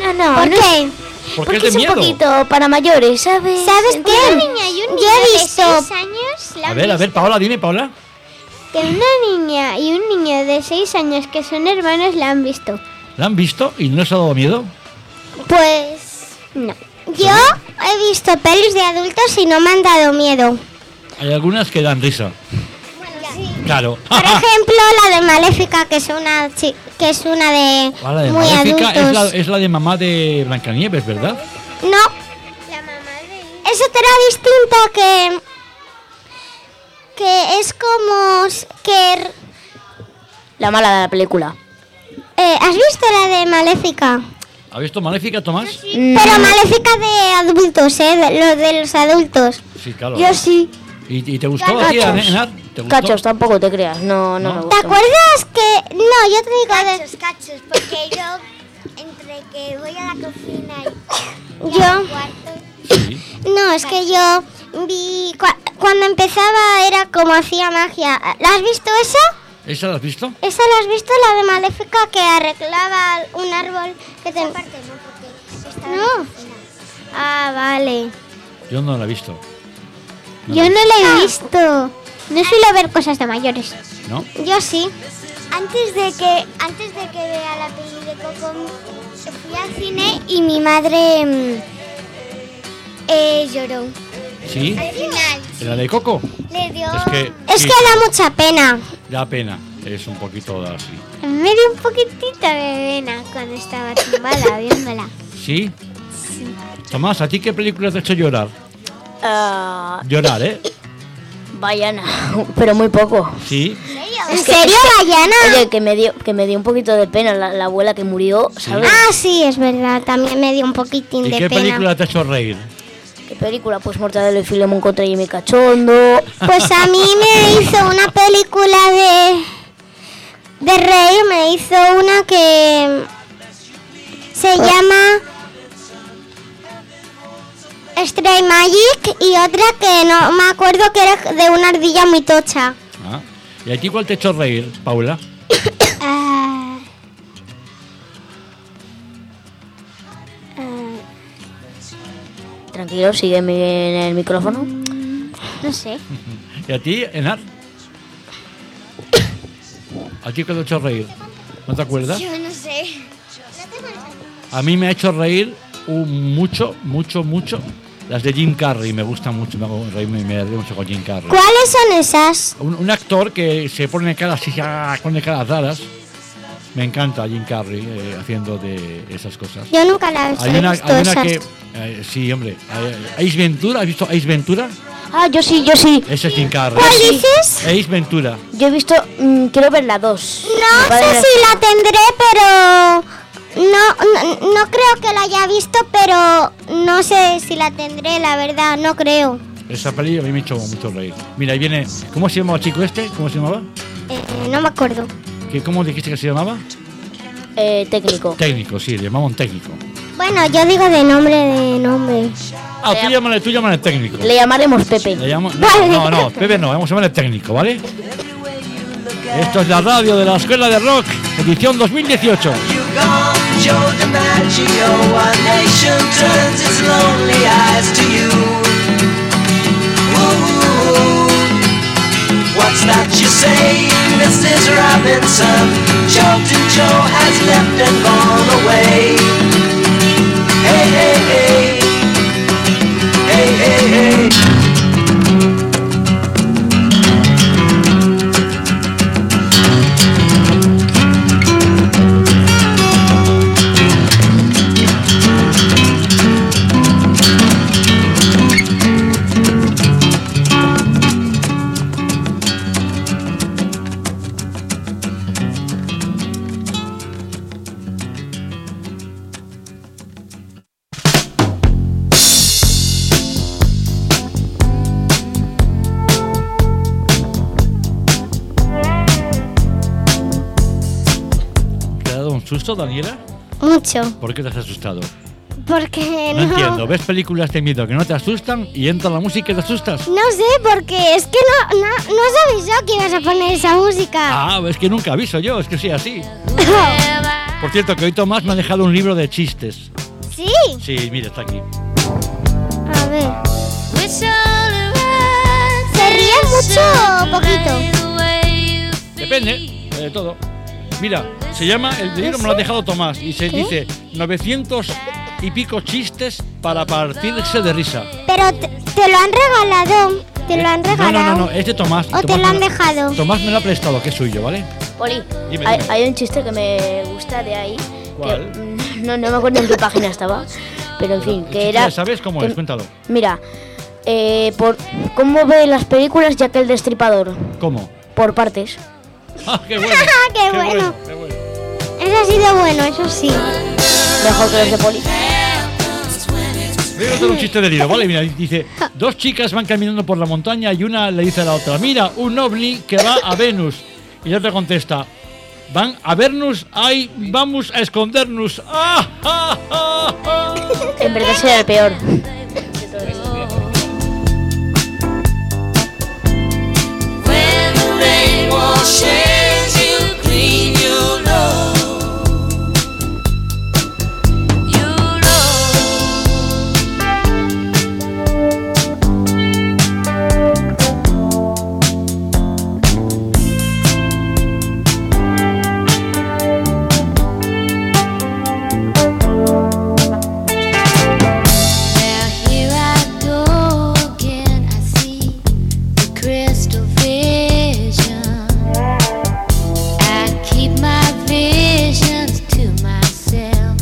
Speaker 9: No, no,
Speaker 4: ¿Por
Speaker 9: no
Speaker 4: qué?
Speaker 3: Porque,
Speaker 9: Porque
Speaker 3: es de
Speaker 9: es un
Speaker 3: miedo.
Speaker 9: poquito para mayores, ¿sabes?
Speaker 4: ¿Sabes
Speaker 9: Entonces-
Speaker 4: qué? Yo he visto años
Speaker 3: A ver, a ver, Paola, dime, Paola.
Speaker 4: que una niña y un niño de 6 años que son hermanos la han visto.
Speaker 3: ¿La han visto y no os ha dado miedo?
Speaker 4: Pues no. Yo he visto pelis de adultos y no me han dado miedo.
Speaker 3: Hay algunas que dan risa. Claro.
Speaker 4: Por ejemplo, la de Maléfica, que es una chi- que es una de
Speaker 3: Ahora, de
Speaker 4: muy
Speaker 3: Maléfica es Ah, la,
Speaker 4: adultos.
Speaker 3: es la de mamá de Blancanieves, ¿verdad?
Speaker 4: No. Es otra distinta que que es como s- que r-
Speaker 9: La mala de la película.
Speaker 4: eh, ¿Has visto la de Maléfica?
Speaker 3: ¿Ha visto Maléfica, Tomás? Sí,
Speaker 4: Pero Maléfica de adultos, eh, de, lo de los adultos.
Speaker 3: claro.
Speaker 4: Yo sí.
Speaker 3: ¿Y, y te gustó a ti,
Speaker 9: Cachos.
Speaker 3: Enar? ¿Te gustó?
Speaker 9: Cachos, tampoco te creas, no, no,
Speaker 3: ¿No?
Speaker 9: me
Speaker 4: ¿Te
Speaker 9: gusta.
Speaker 4: acuerdas que no, yo te digo de
Speaker 10: Cachos, cachos, porque yo entre que voy a la cocina y, y
Speaker 4: Yo.
Speaker 10: al cuarto,
Speaker 3: Sí.
Speaker 4: No, es que yo vi cua- cuando empezaba era como hacía magia. ¿La has visto esa?
Speaker 3: ¿Esa la has visto?
Speaker 4: ¿Esa la has visto la de Maléfica que arreglaba un árbol que te...
Speaker 10: aparte no, porque estaba en
Speaker 4: No.
Speaker 10: la cocina.
Speaker 4: Ah, vale.
Speaker 3: Yo no la he visto.
Speaker 4: Yo no
Speaker 10: Ah.
Speaker 4: la he visto. No suelo ver cosas de mayores.
Speaker 3: ¿No?
Speaker 4: Yo sí.
Speaker 10: Antes de que antes de que vea la peli de Coco, fui al cine y mi madre mm, eh, lloró.
Speaker 3: ¿Sí?
Speaker 10: Al final
Speaker 3: ¿La de Coco?
Speaker 10: le dio
Speaker 3: Es que...
Speaker 4: Es
Speaker 3: sí,
Speaker 4: que da mucha pena.
Speaker 3: Da pena. Es un poquito así.
Speaker 4: A mí Me dio un poquitito de pena cuando estaba tumbada viéndola.
Speaker 3: ¿Sí? Tomás, ¿a ti qué película te ha hecho llorar?
Speaker 9: Ah,
Speaker 3: Llorar, ¿eh?
Speaker 9: Vayana, pero muy poco.
Speaker 3: Sí.
Speaker 4: ¿En serio, Dayana?
Speaker 9: Oye, que me dio, que me dio un poquito de pena la, la abuela que murió, ¿sabes?
Speaker 4: Ah, sí, es verdad. También me dio un poquitín
Speaker 3: ¿Y
Speaker 4: de
Speaker 3: qué
Speaker 4: pena.
Speaker 3: película te ha hecho reír?
Speaker 9: ¿Qué película? Pues Mortadelo y Filemón contra Jimmy Cachondo.
Speaker 4: Pues a mí me hizo una película de de reír, me hizo una que se llama Stray Magic y otra que no me acuerdo que era de una ardilla muy tocha.
Speaker 3: Ah. ¿Y a ti cuál te ha hecho reír, Paula?
Speaker 4: Ah. Ah,
Speaker 9: Tranquilo, sígueme en el micrófono.
Speaker 4: no sé.
Speaker 3: ¿Y a ti, Enar? ¿A ti qué te ha hecho reír? ¿No te acuerdas?
Speaker 10: Yo no sé.
Speaker 3: A mí me ha hecho reír un mucho, mucho, mucho. Las de Jim Carrey me gustan mucho, me hago reír, me, me río mucho con Jim Carrey.
Speaker 4: ¿Cuáles son esas?
Speaker 3: Un, un actor que se pone cara así, ah, pone caras raras. Me encanta Jim Carrey eh, haciendo de esas cosas.
Speaker 4: Yo nunca las
Speaker 3: Hay
Speaker 4: he
Speaker 3: una,
Speaker 4: visto
Speaker 3: hay una
Speaker 4: esas.
Speaker 3: que. eh, sí, hombre. eh, Ace Ventura, ¿has visto Ace Ventura?
Speaker 9: Ah, yo sí, yo sí.
Speaker 3: Ese es Jim Carrey.
Speaker 4: ¿Cuál dices?
Speaker 3: Ace Ventura.
Speaker 9: Yo he visto, mm, quiero ver la 2.
Speaker 4: No sé si la tendré, pero no, no, no creo que la haya visto, pero no sé si la tendré, la verdad, no creo.
Speaker 3: Esa peli a mí me ha hecho mucho reír. Mira, ahí viene. ¿Cómo se llamaba el chico este? ¿Cómo se llamaba?
Speaker 4: Eh, no me acuerdo.
Speaker 3: ¿Qué, ¿Cómo dijiste que se llamaba?
Speaker 9: Eh, técnico.
Speaker 3: Técnico, sí, le llamaba un técnico.
Speaker 4: Bueno, yo digo de nombre de nombre.
Speaker 3: Ah, tú llámale, tú llámale técnico.
Speaker 9: Le llamaremos Pepe.
Speaker 3: Le llamo- no, no, no, Pepe no, vamos a llamarle técnico, ¿vale? Esto es la radio de la Escuela de Rock, edición 2018.
Speaker 7: gone, Joe DiMaggio. Our nation turns its lonely eyes to you. Ooh, what's that you say, Mrs. Robinson? Jolton Joe has left and gone away. Hey, hey, hey. Hey, hey, hey.
Speaker 3: ¿Te ha dado un susto, Daniela?
Speaker 4: Mucho.
Speaker 3: ¿Por qué te has asustado?
Speaker 4: Porque
Speaker 3: No
Speaker 4: no.
Speaker 3: entiendo. ¿Ves películas de miedo que no te asustan y entra la música y te asustas?
Speaker 4: No sé, porque es que no, no, no sabes yo que ibas a poner esa música.
Speaker 3: Ah, es que nunca aviso yo, es que soy así. Por cierto, que hoy Tomás me ha dejado un libro de chistes.
Speaker 4: sí.
Speaker 3: Sí, mira, está aquí.
Speaker 4: A ver. ¿Se ríe mucho o poquito?
Speaker 3: Depende de todo. Mira, se llama, el libro me lo ha dejado Tomás y se
Speaker 4: ¿Qué?
Speaker 3: dice 900 y pico chistes para partirse de risa. Eh,
Speaker 4: Pero te, te lo han regalado. Te lo han
Speaker 3: No, no,
Speaker 4: regalado.
Speaker 3: no, no, es de Tomás.
Speaker 4: ¿O
Speaker 3: Tomás
Speaker 4: te lo
Speaker 3: me
Speaker 4: han dejado?
Speaker 3: Tomás me lo ha prestado, que es suyo, ¿vale?
Speaker 9: Poli,
Speaker 3: eh. Dime,
Speaker 9: hay,
Speaker 3: dime.
Speaker 9: hay un chiste que me gusta de ahí.
Speaker 3: ¿Cuál?
Speaker 9: Que, mm, no, no me acuerdo en qué página estaba, pero en fin,
Speaker 3: El
Speaker 9: que
Speaker 3: chiste,
Speaker 9: era...
Speaker 3: ¿Sabes cómo
Speaker 9: que-
Speaker 3: es? Cuéntalo.
Speaker 9: Mira, eh, por, ¿cómo ve las películas ya que el destripador?
Speaker 3: ¿Cómo?
Speaker 9: Por partes.
Speaker 3: ¡Ah, qué bueno!
Speaker 4: qué bueno.
Speaker 3: qué bueno.
Speaker 4: Eso ha sido bueno, eso sí.
Speaker 9: Mejor que los de Poli.
Speaker 3: Voy a contar un chiste de Lilo, ¿vale? Mira, dice, dos chicas van caminando por la montaña y una le dice a la otra, mira, un ovni que va a Venus. Y la otra contesta, van a vernos, ay, vamos a escondernos. ¡Ah, ah, ah, ah".
Speaker 9: En verdad será el peor.
Speaker 7: When the rain washes you clean, you know, you know.
Speaker 10: Now here I go again. I see the crystal vision. I keep my visions to myself.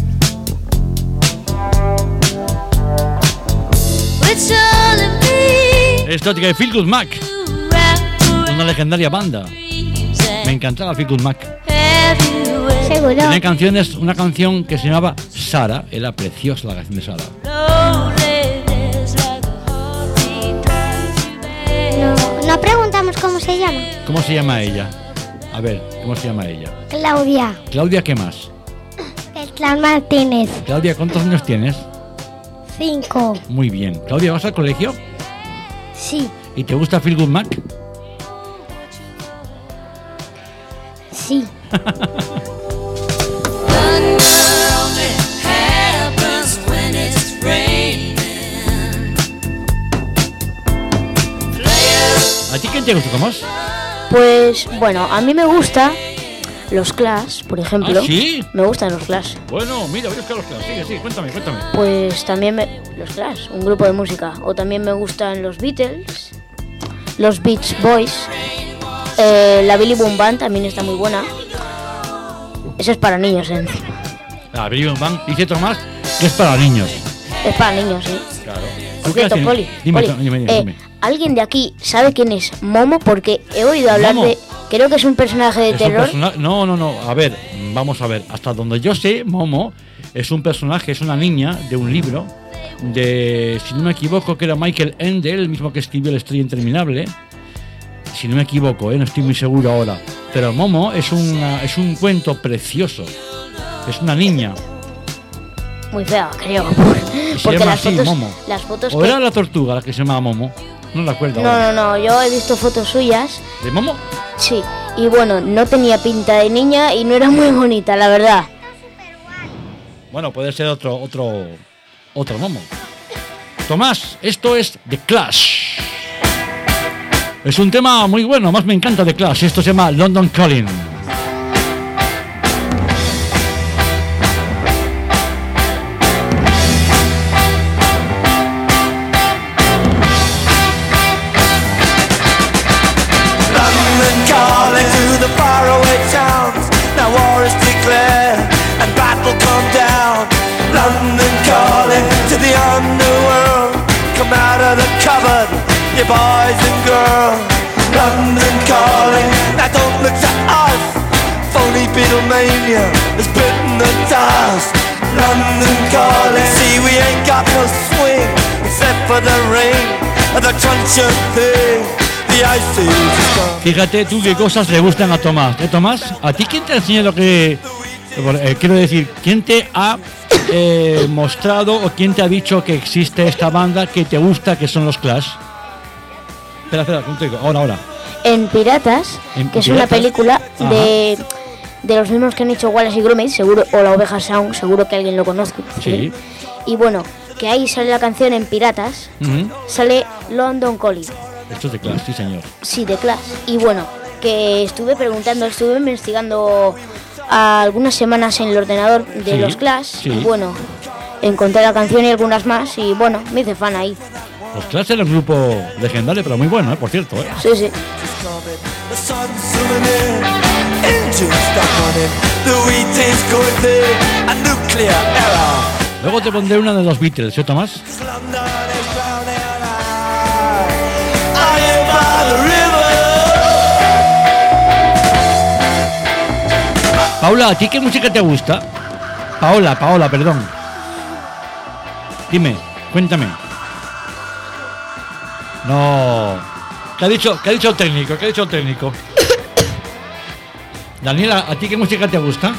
Speaker 10: It's all in me
Speaker 3: Esto tiene Feel Good Mac,
Speaker 10: to wrap
Speaker 3: una legendaria banda.
Speaker 10: dreams
Speaker 3: Me
Speaker 10: and
Speaker 3: encantaba Feel Good Mac.
Speaker 10: everywhere.
Speaker 4: Seguro.
Speaker 3: Tenía canciones, una canción que se llamaba Sara, era preciosa la canción de Sara.
Speaker 10: Loneliness like a heartbeat drives you back.
Speaker 4: No, no preguntamos cómo se llama.
Speaker 3: ¿Cómo se llama ella? A ver, ¿cómo se llama ella?
Speaker 4: Claudia.
Speaker 3: Claudia, ¿qué más?
Speaker 4: El clan Martínez.
Speaker 3: Claudia, ¿cuántos años tienes?
Speaker 4: Cinco.
Speaker 3: Muy bien. Claudia, ¿vas al colegio?
Speaker 4: Sí.
Speaker 3: ¿Y te gusta Feel Good Mac?
Speaker 4: Sí.
Speaker 7: happens when it's raining. Players
Speaker 3: ¿A ti quién te gusta, Tomás?
Speaker 9: Pues bueno, a mí me gusta los Clash, por ejemplo.
Speaker 3: ¿Ah, sí?
Speaker 9: Me gustan los Clash.
Speaker 3: Bueno, mira, voy a buscar los claros. Sigue, sí, cuéntame, cuéntame.
Speaker 9: Pues también me, los Clash, un grupo de música. O también me gustan los Beatles, los Beach Boys, eh, la Billy Boom Band también está muy buena. Eso es para niños, ¿eh?
Speaker 3: La Billy Van dice Tomás que es para niños.
Speaker 9: Es para niños, ¿eh? sí.
Speaker 3: Claro.
Speaker 9: Por cierto, Poli,
Speaker 3: Dime,
Speaker 9: Poli,
Speaker 3: Tom- dime, dime,
Speaker 9: eh,
Speaker 3: dime.
Speaker 9: ¿alguien de aquí sabe quién es Momo? Porque he oído hablar
Speaker 3: Momo.
Speaker 9: de... Creo que es un personaje de
Speaker 3: Es un
Speaker 9: terror.
Speaker 3: persona- No, no, no. A ver, mm, vamos a ver. Hasta donde yo sé, Momo es un personaje, es una niña de un libro de, si no me equivoco, que era Michael Ende, el mismo que escribió El Estrella Interminable. Si no me equivoco, eh, no estoy muy seguro ahora. Pero Momo es, una, es un cuento precioso. Es una niña.
Speaker 9: Muy fea, creo.
Speaker 3: Se
Speaker 9: Porque
Speaker 3: llama
Speaker 9: las
Speaker 3: así,
Speaker 9: fotos...
Speaker 3: Momo.
Speaker 9: Las fotos
Speaker 3: ¿O
Speaker 9: que-
Speaker 3: era la tortuga la que se llamaba Momo? No la acuerdo.
Speaker 9: No,
Speaker 3: ahora.
Speaker 9: no, no, yo he visto fotos suyas,
Speaker 3: ¿De Momo?
Speaker 9: sí,
Speaker 4: Y bueno, no tenía pinta de niña y no era muy bonita, la verdad.
Speaker 3: Bueno, puede ser otro, otro, otro momo. Tomás, esto es The Clash. Es un tema muy bueno, más me encanta The Clash. Esto se llama London Calling.
Speaker 11: London calling to the faraway towns. Now war is declared and battle come down. London calling to the underworld. Come out of the cupboard, you boys and girls. London calling, now don't look to us. Phony Beatlemania is bitten the dust. London calling, see we ain't got no swing except for the ring of the crunch of thing. The ice is gone.
Speaker 3: Fíjate tú qué cosas le gustan a Tomás. ¿Eh, Tomás? ¿A ti quién te ha enseñado que... eh, quiero decir, ¿quién te ha eh, mostrado o quién te ha dicho que existe esta banda que te gusta, que son los Clash? Espera, espera, contigo. Ahora, ahora.
Speaker 4: En Piratas,
Speaker 3: En
Speaker 4: que es
Speaker 3: Piratas.
Speaker 4: una película de, de los mismos que han hecho Wallace y Gromit, seguro, o La Oveja Sound, seguro que alguien lo conoce.
Speaker 3: Sí.
Speaker 4: Y bueno, que ahí sale la canción en Piratas,
Speaker 3: Ujú.
Speaker 4: sale London Calling,
Speaker 3: Esto es The Clash, sí, señor.
Speaker 4: sí, de Clash. Y bueno, que estuve preguntando, estuve investigando algunas semanas en el ordenador de
Speaker 3: Sí,
Speaker 4: los Clash,
Speaker 3: sí.
Speaker 4: y bueno, encontré la canción y algunas más, y bueno, me hice fan ahí.
Speaker 3: Los Clash era un grupo legendario, pero muy bueno, ¿eh? por cierto. ¿eh?
Speaker 4: Sí, sí.
Speaker 11: The sun's zooming in, engines stuck on it, the wheat is going thick, a nuclear error.
Speaker 3: Luego te pondré una de los Beatles, ¿eh, Tomás?
Speaker 11: This London is drowning out. Are you by the river?
Speaker 3: Paula, ¿a ti qué música te gusta? Paola, Paola, perdón. Dime, cuéntame. No. ¿Qué ha dicho, qué ha dicho el técnico? ¿Qué ha dicho el técnico? Daniela, ¿a ti qué música te gusta?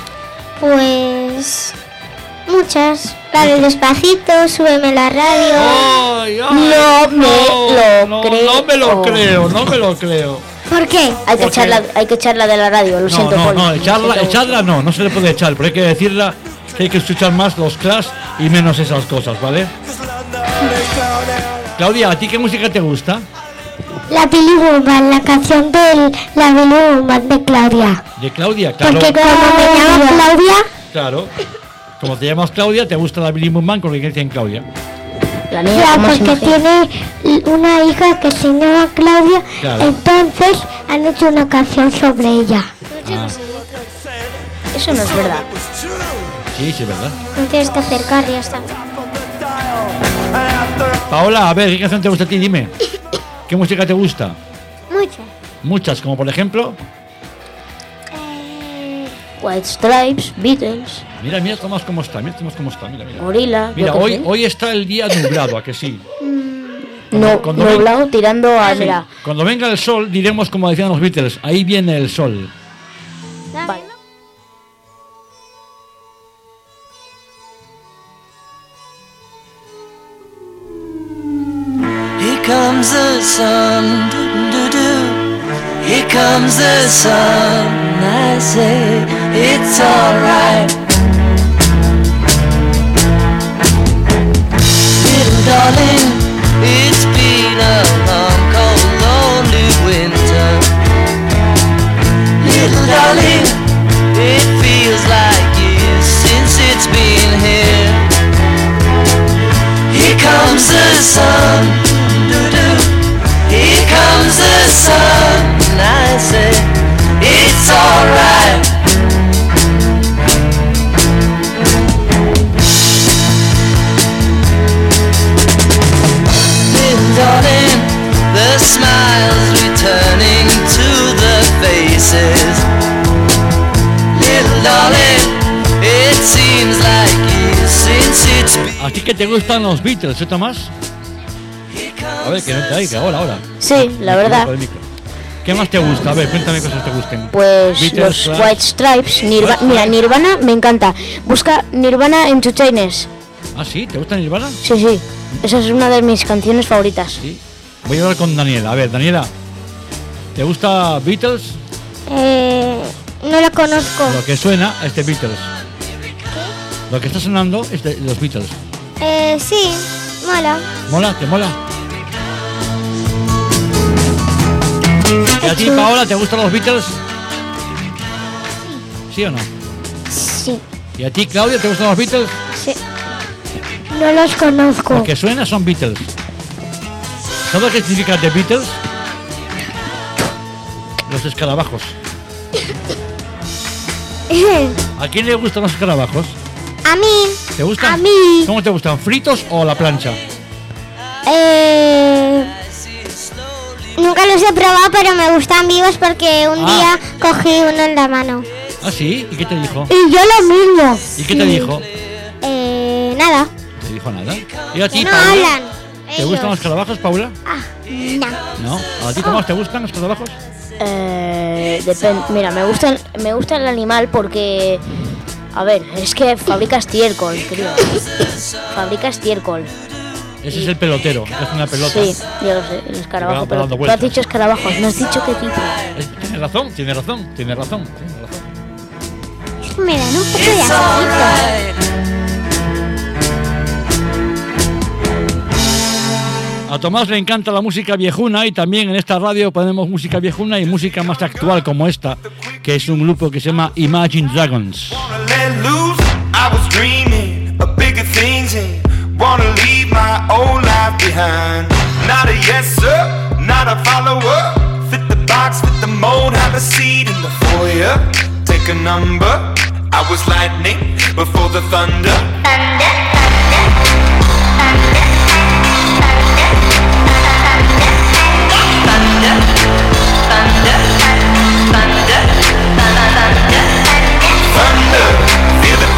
Speaker 12: Pues muchas. La del despacito, súbeme la radio.
Speaker 3: ¡Ay, ay!
Speaker 4: No me lo
Speaker 3: no,
Speaker 4: creo.
Speaker 3: No me lo creo, no me lo creo.
Speaker 12: ¿Por qué?
Speaker 4: Hay
Speaker 3: Porque-
Speaker 4: que, echarla, hay que echarla de la radio,
Speaker 3: No,
Speaker 4: lo siento,
Speaker 3: no,
Speaker 4: Poli,
Speaker 3: no,
Speaker 4: lo
Speaker 3: echarla,
Speaker 4: siento
Speaker 3: echarla no, no se le puede echar, pero hay que decirla que hay que escuchar más los Clash y menos esas cosas, ¿vale? Claudia, ¿a ti qué música te gusta?
Speaker 12: La Billy Woman, la canción de la Billy Woman de Claudia.
Speaker 3: De Claudia, claro.
Speaker 12: Porque como me llamo Claudia,
Speaker 3: Claro. Como te llamas Claudia, te gusta la Billy Moonman con la iglesia en Claudia.
Speaker 4: mucho. La niña,
Speaker 12: ya,
Speaker 4: ¿cómo se
Speaker 12: porque
Speaker 4: imagina?
Speaker 12: tiene una hija que se llama Claudia,
Speaker 3: Claro.
Speaker 12: entonces han hecho una canción sobre ella.
Speaker 4: Eso no es verdad.
Speaker 3: Sí, sí, es verdad.
Speaker 12: No tienes que acercar, ya está.
Speaker 3: Paola, a ver, ¿qué canción te gusta a ti? Dime. ¿Qué música te gusta?
Speaker 12: Muchas.
Speaker 3: Muchas, como por ejemplo.
Speaker 12: Eh,
Speaker 4: White Stripes, Beatles,
Speaker 3: Mira, mira, Tomás cómo está, mira, Tomás cómo está, mira, mira.
Speaker 4: Gorila. yo
Speaker 3: Mira,
Speaker 4: qué
Speaker 3: hoy,
Speaker 4: sé.
Speaker 3: hoy está el día nublado, a que sí.
Speaker 4: Mm, no,
Speaker 3: con domingo.
Speaker 4: nublado tirando a. Mira,
Speaker 3: Cuando venga el sol, diremos como decían los Beatles, ahí viene el sol.
Speaker 4: vale.
Speaker 11: Here comes the sun, doo doo. Here comes the sun. I say it's alright. Little darling, it's been a long, cold, lonely winter. Little darling, it feels like years since it's been here. Here comes the sun, doo-doo. Here comes the sun, I say it's alright. Little darling, the smiles returning to the faces. Little darling, it seems like years since it's been.
Speaker 3: Así que te gustan los Beatles, ¿eh, Tomás? A ver, que no te que ahora, ahora.
Speaker 4: Sí, la verdad.
Speaker 3: Micro, micro. ¿Qué más te gusta? A ver, cuéntame cosas que te gusten.
Speaker 4: Pues
Speaker 3: Beatles,
Speaker 4: los
Speaker 3: Clash.
Speaker 4: White Stripes, Nirva-
Speaker 3: White
Speaker 4: mira,
Speaker 3: Stripes.
Speaker 4: Nirvana me encanta. Busca Nirvana en Two Chainz.
Speaker 3: ¿Ah, sí? ¿Te gustan Nirvana?
Speaker 4: Sí, sí. Esa es una de mis canciones favoritas.
Speaker 3: Sí. Voy a hablar con Daniela. A ver, Daniela, ¿te gusta Beatles?
Speaker 7: Eh, no la conozco.
Speaker 3: Lo que suena es de Beatles. Lo que está sonando es de los Beatles.
Speaker 7: Eh, sí, mola.
Speaker 3: ¿Mola? ¿Te mola? ¿Y a ti,
Speaker 7: Chulo.
Speaker 3: Paola, te gustan los Beatles? ¿Sí o no?
Speaker 7: Sí,
Speaker 3: ¿Y a ti, Claudia, te gustan los Beatles?
Speaker 7: sí. No los conozco.
Speaker 3: Lo que suena son Beatles. ¿Sabes qué significa The Beatles? Los escarabajos. ¿A quién le gustan los escarabajos?
Speaker 7: a mí,
Speaker 3: ¿Te gustan?
Speaker 7: A mí.
Speaker 3: ¿Cómo te gustan? ¿Fritos o a la plancha?
Speaker 7: eh, nunca los he probado, pero me gustan vivos porque un
Speaker 3: Ah.
Speaker 7: día cogí uno en la mano.
Speaker 3: ¿Ah, sí? ¿Y qué te dijo?
Speaker 7: Y yo lo mismo.
Speaker 3: ¿Y qué te dijo?
Speaker 7: Eh, nada.
Speaker 3: ¿Te dijo nada? ¿Y a ti,
Speaker 7: Que no
Speaker 3: Paula?
Speaker 7: hablan.
Speaker 3: ¿Te gustan los escarabajos, Paula?
Speaker 7: Ah, no.
Speaker 3: No. ¿A ti, Tomás, te gustan los escarabajos?
Speaker 4: Eh, depen- Mira, me gusta, el, me gusta el animal porque. A ver, es que fabrica estiércol, creo. fabrica estiércol.
Speaker 3: Ese es el pelotero, es una pelota.
Speaker 4: Sí, yo lo sé, el escarabajo.
Speaker 3: va
Speaker 4: Pero
Speaker 3: dando
Speaker 4: tú
Speaker 3: vueltas.
Speaker 4: has dicho escarabajos, no has dicho qué tipo.
Speaker 3: Es- Tiene razón, tiene razón, tiene razón, tiene razón.
Speaker 7: Me dan un poco de asquito.
Speaker 3: A Tomás le encanta la música viejuna y también en esta radio ponemos música viejuna y música más actual como esta, que es un grupo que se llama Imagine Dragons.
Speaker 8: Wanna let loose? I was dreaming of bigger things and wanna leave my old life behind. Not a yes sir, not a follower. Fit the box, fit the mold, have a seat in the foyer. Take a number. I was lightning before the thunder. Thunder, feel the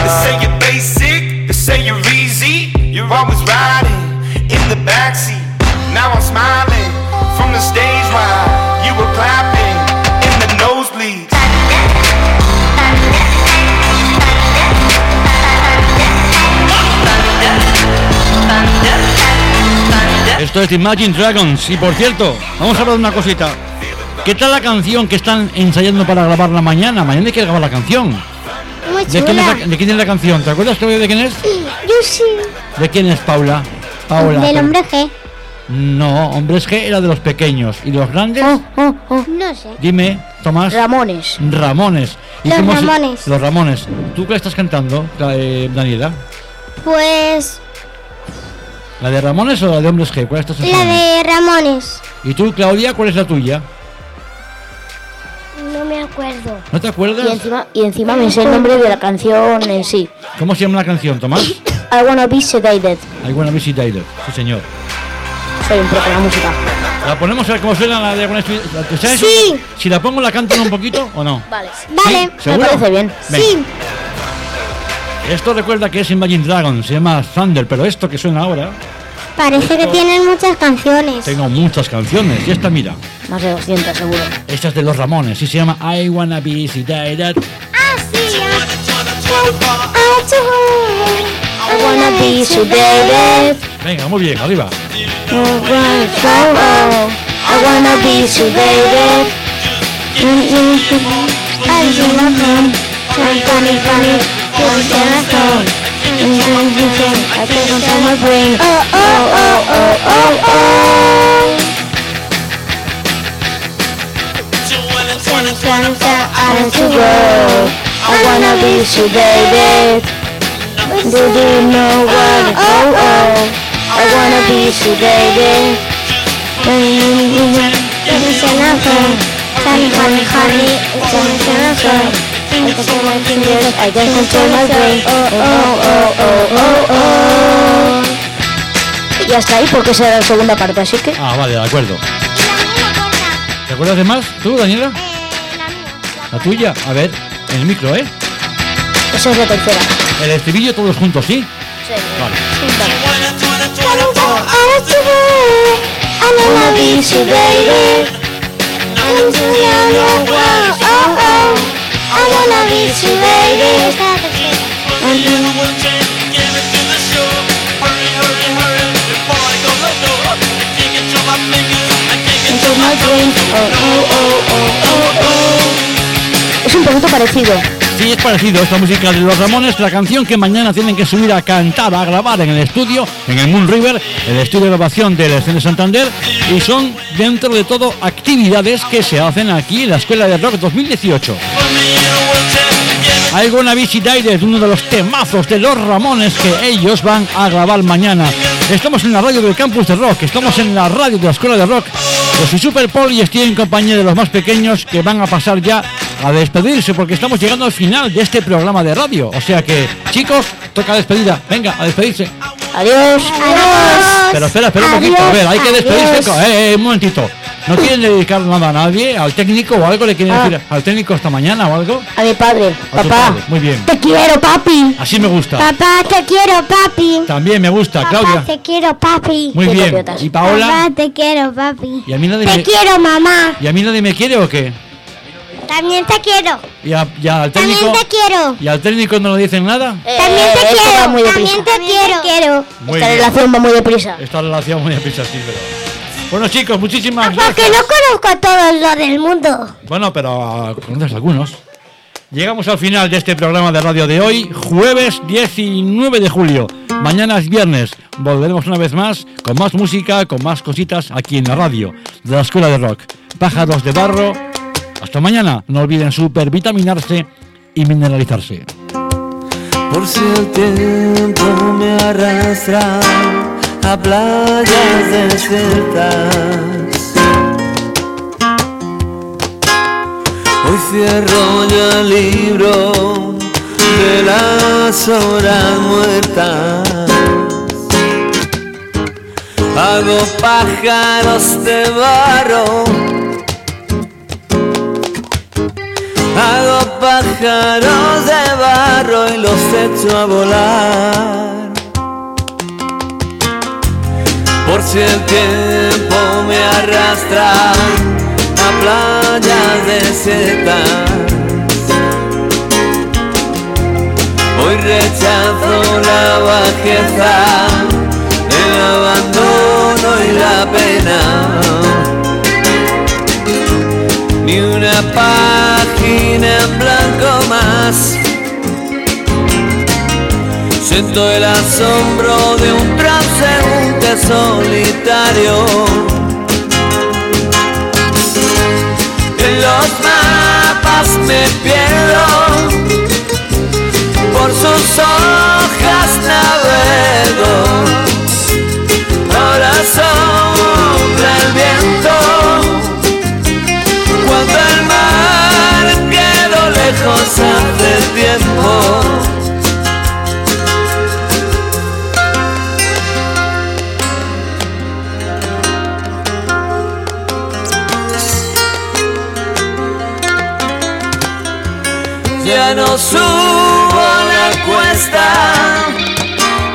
Speaker 8: They say you're basic, they say you're easy. You're always riding in the backseat. Now I'm smiling from the stage while you were clapping in the nosebleeds.
Speaker 3: Esto es Imagine Dragons y por cierto, vamos a hablar de una cosita. ¿Qué tal la canción que están ensayando para grabarla mañana? Mañana hay que grabar la canción.
Speaker 7: Muy
Speaker 3: ¿De quién es
Speaker 7: chula.
Speaker 3: la, de quién es la canción? ¿Te acuerdas Claudia, de quién es?
Speaker 7: Yo sí.
Speaker 3: ¿De quién es Paula? Paula.
Speaker 7: Del
Speaker 3: pero-
Speaker 7: hombre G.
Speaker 3: No, hombres G era de los pequeños y los grandes.
Speaker 7: Ah.
Speaker 3: oh.
Speaker 7: No sé.
Speaker 3: Dime, Tomás.
Speaker 4: Ramones.
Speaker 3: Ramones.
Speaker 7: Los
Speaker 3: cómo se-
Speaker 7: Ramones.
Speaker 3: los Ramones. ¿Tú qué estás cantando, la- eh, Daniela?
Speaker 7: Pues
Speaker 3: ¿La de Ramones o la de Hombres G? ¿Cuál estás
Speaker 7: la
Speaker 3: cantando?
Speaker 7: de Ramones.
Speaker 3: ¿Y tú, Claudia, cuál es la tuya?
Speaker 7: No me acuerdo.
Speaker 3: ¿No te
Speaker 4: Y
Speaker 3: acuerdas?
Speaker 4: encima, y encima me sé el nombre de la canción en sí.
Speaker 3: ¿Cómo se llama la canción, Tomás?
Speaker 4: I wanna be sedated.
Speaker 3: I wanna be sedated. Sí, señor.
Speaker 4: Soy un pro de la música.
Speaker 3: ¿La ponemos a ver cómo suena la de I wanna be- la- ¿te sabes?
Speaker 7: Sí.
Speaker 3: Si la pongo, ¿la cantan un poquito o no?
Speaker 4: Vale.
Speaker 7: Vale.
Speaker 3: ¿Sí?
Speaker 4: Me
Speaker 3: ¿Seguro?
Speaker 4: parece bien.
Speaker 3: Venga.
Speaker 7: Sí.
Speaker 3: Esto recuerda que es Imagine Dragon, se llama Thunder, pero esto que suena ahora,
Speaker 7: Parece que tienen muchas canciones.
Speaker 3: tengo muchas canciones. Y esta, mira,
Speaker 4: Más de 200 seguro.
Speaker 3: esta es de los Ramones y se llama I wanna be sedated.
Speaker 7: Ah, sí. I
Speaker 4: I wanna be sedated.
Speaker 3: Venga, muy bien, arriba.
Speaker 4: I wanna be sedated. I wanna be sedated. Do you know what? Oh oh. I wanna be sedated. I can't control my brain. Oh oh oh oh oh oh. Y hasta ahí porque será la segunda parte, así que.
Speaker 3: Ah, vale, de acuerdo. ¿Te acuerdas de más? ¿Tú, Daniela? ¿La tuya? A ver, en el micro, ¿eh?
Speaker 9: Esa es la tercera.
Speaker 3: El estribillo todos juntos, ¿sí?
Speaker 9: Sí.
Speaker 3: Vale.
Speaker 9: Es un poquito parecido.
Speaker 3: Sí, es parecido esta música de los Ramones, la canción que mañana tienen que subir a cantar, a grabar en el estudio, en el Moon River, el estudio de grabación del Escena Santander, y son dentro de todo actividades que se hacen aquí en la Escuela de Rock 2018. Alguna visita es uno de los temazos de los Ramones que ellos van a grabar mañana. Estamos en la radio del campus de rock, estamos en la radio de la escuela de rock. Yo soy Super Paul y estoy en compañía de los más pequeños que van a pasar ya a despedirse porque estamos llegando al final de este programa de radio. O sea que, chicos, toca despedida. Venga, a despedirse.
Speaker 9: Adiós.
Speaker 3: Pero espera, espera un
Speaker 9: Adiós,
Speaker 3: poquito. A ver, hay que despedirse.
Speaker 9: adiós.
Speaker 3: con- Eh, eh, un momentito. ¿No quieren dedicar nada a nadie? ¿Al técnico o algo? ¿Le quieren
Speaker 4: Ah.
Speaker 3: decir al técnico hasta mañana o algo?
Speaker 9: A mi padre,
Speaker 3: A tu
Speaker 9: papá.
Speaker 3: padre. Muy bien.
Speaker 4: Te quiero, papi.
Speaker 3: Así me gusta.
Speaker 4: Papá, te quiero, papi.
Speaker 3: También me gusta, Claudia.
Speaker 4: Papá, te quiero, papi.
Speaker 3: Muy bien. ¿Y Paola?
Speaker 4: Papá, te quiero, papi.
Speaker 3: ¿Y a mí nadie
Speaker 4: Te
Speaker 3: me-
Speaker 4: quiero, mamá.
Speaker 3: ¿Y a mí nadie me quiere o qué?
Speaker 4: También te quiero.
Speaker 3: ¿Y, a- y al técnico?
Speaker 4: También te quiero.
Speaker 3: ¿Y al técnico no le dicen nada?
Speaker 4: También te
Speaker 9: Eh, esto va
Speaker 4: quiero.
Speaker 9: muy
Speaker 4: También
Speaker 9: deprisa.
Speaker 4: te quiero.
Speaker 3: Muy
Speaker 9: Esta
Speaker 3: bien.
Speaker 9: relación va muy deprisa.
Speaker 3: Esta relación muy aprisa, sí, pero... Bueno, chicos, muchísimas
Speaker 4: Porque
Speaker 3: gracias.
Speaker 4: no conozco a todos los del mundo.
Speaker 3: Bueno, pero ah, conoces algunos. Llegamos al final de este programa de radio de hoy, jueves 19 de julio. Mañana es viernes. Volveremos una vez más con más música, con más cositas aquí en la radio de la Escuela de Rock. Pájaros de barro. Hasta mañana. No olviden supervitaminarse y mineralizarse.
Speaker 11: Por si el tiempo me arrastra a playas desiertas. Hoy cierro yo el libro de las horas muertas. Hago pájaros de barro. Hago pájaros de barro y los echo a volar. Por si el tiempo me arrastra a playas desiertas. Hoy rechazo la bajeza, el abandono y la pena ni una página en blanco más. Siento el asombro de un transeúnte solitario. En los mapas me pierdo, por sus hojas navego. Ahora sombra el viento cuando el mar quedó lejos hace tiempo. Ya no subo la cuesta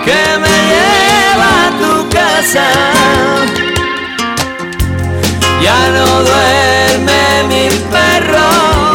Speaker 11: que me lleva a tu casa. Ya no duerme mi perro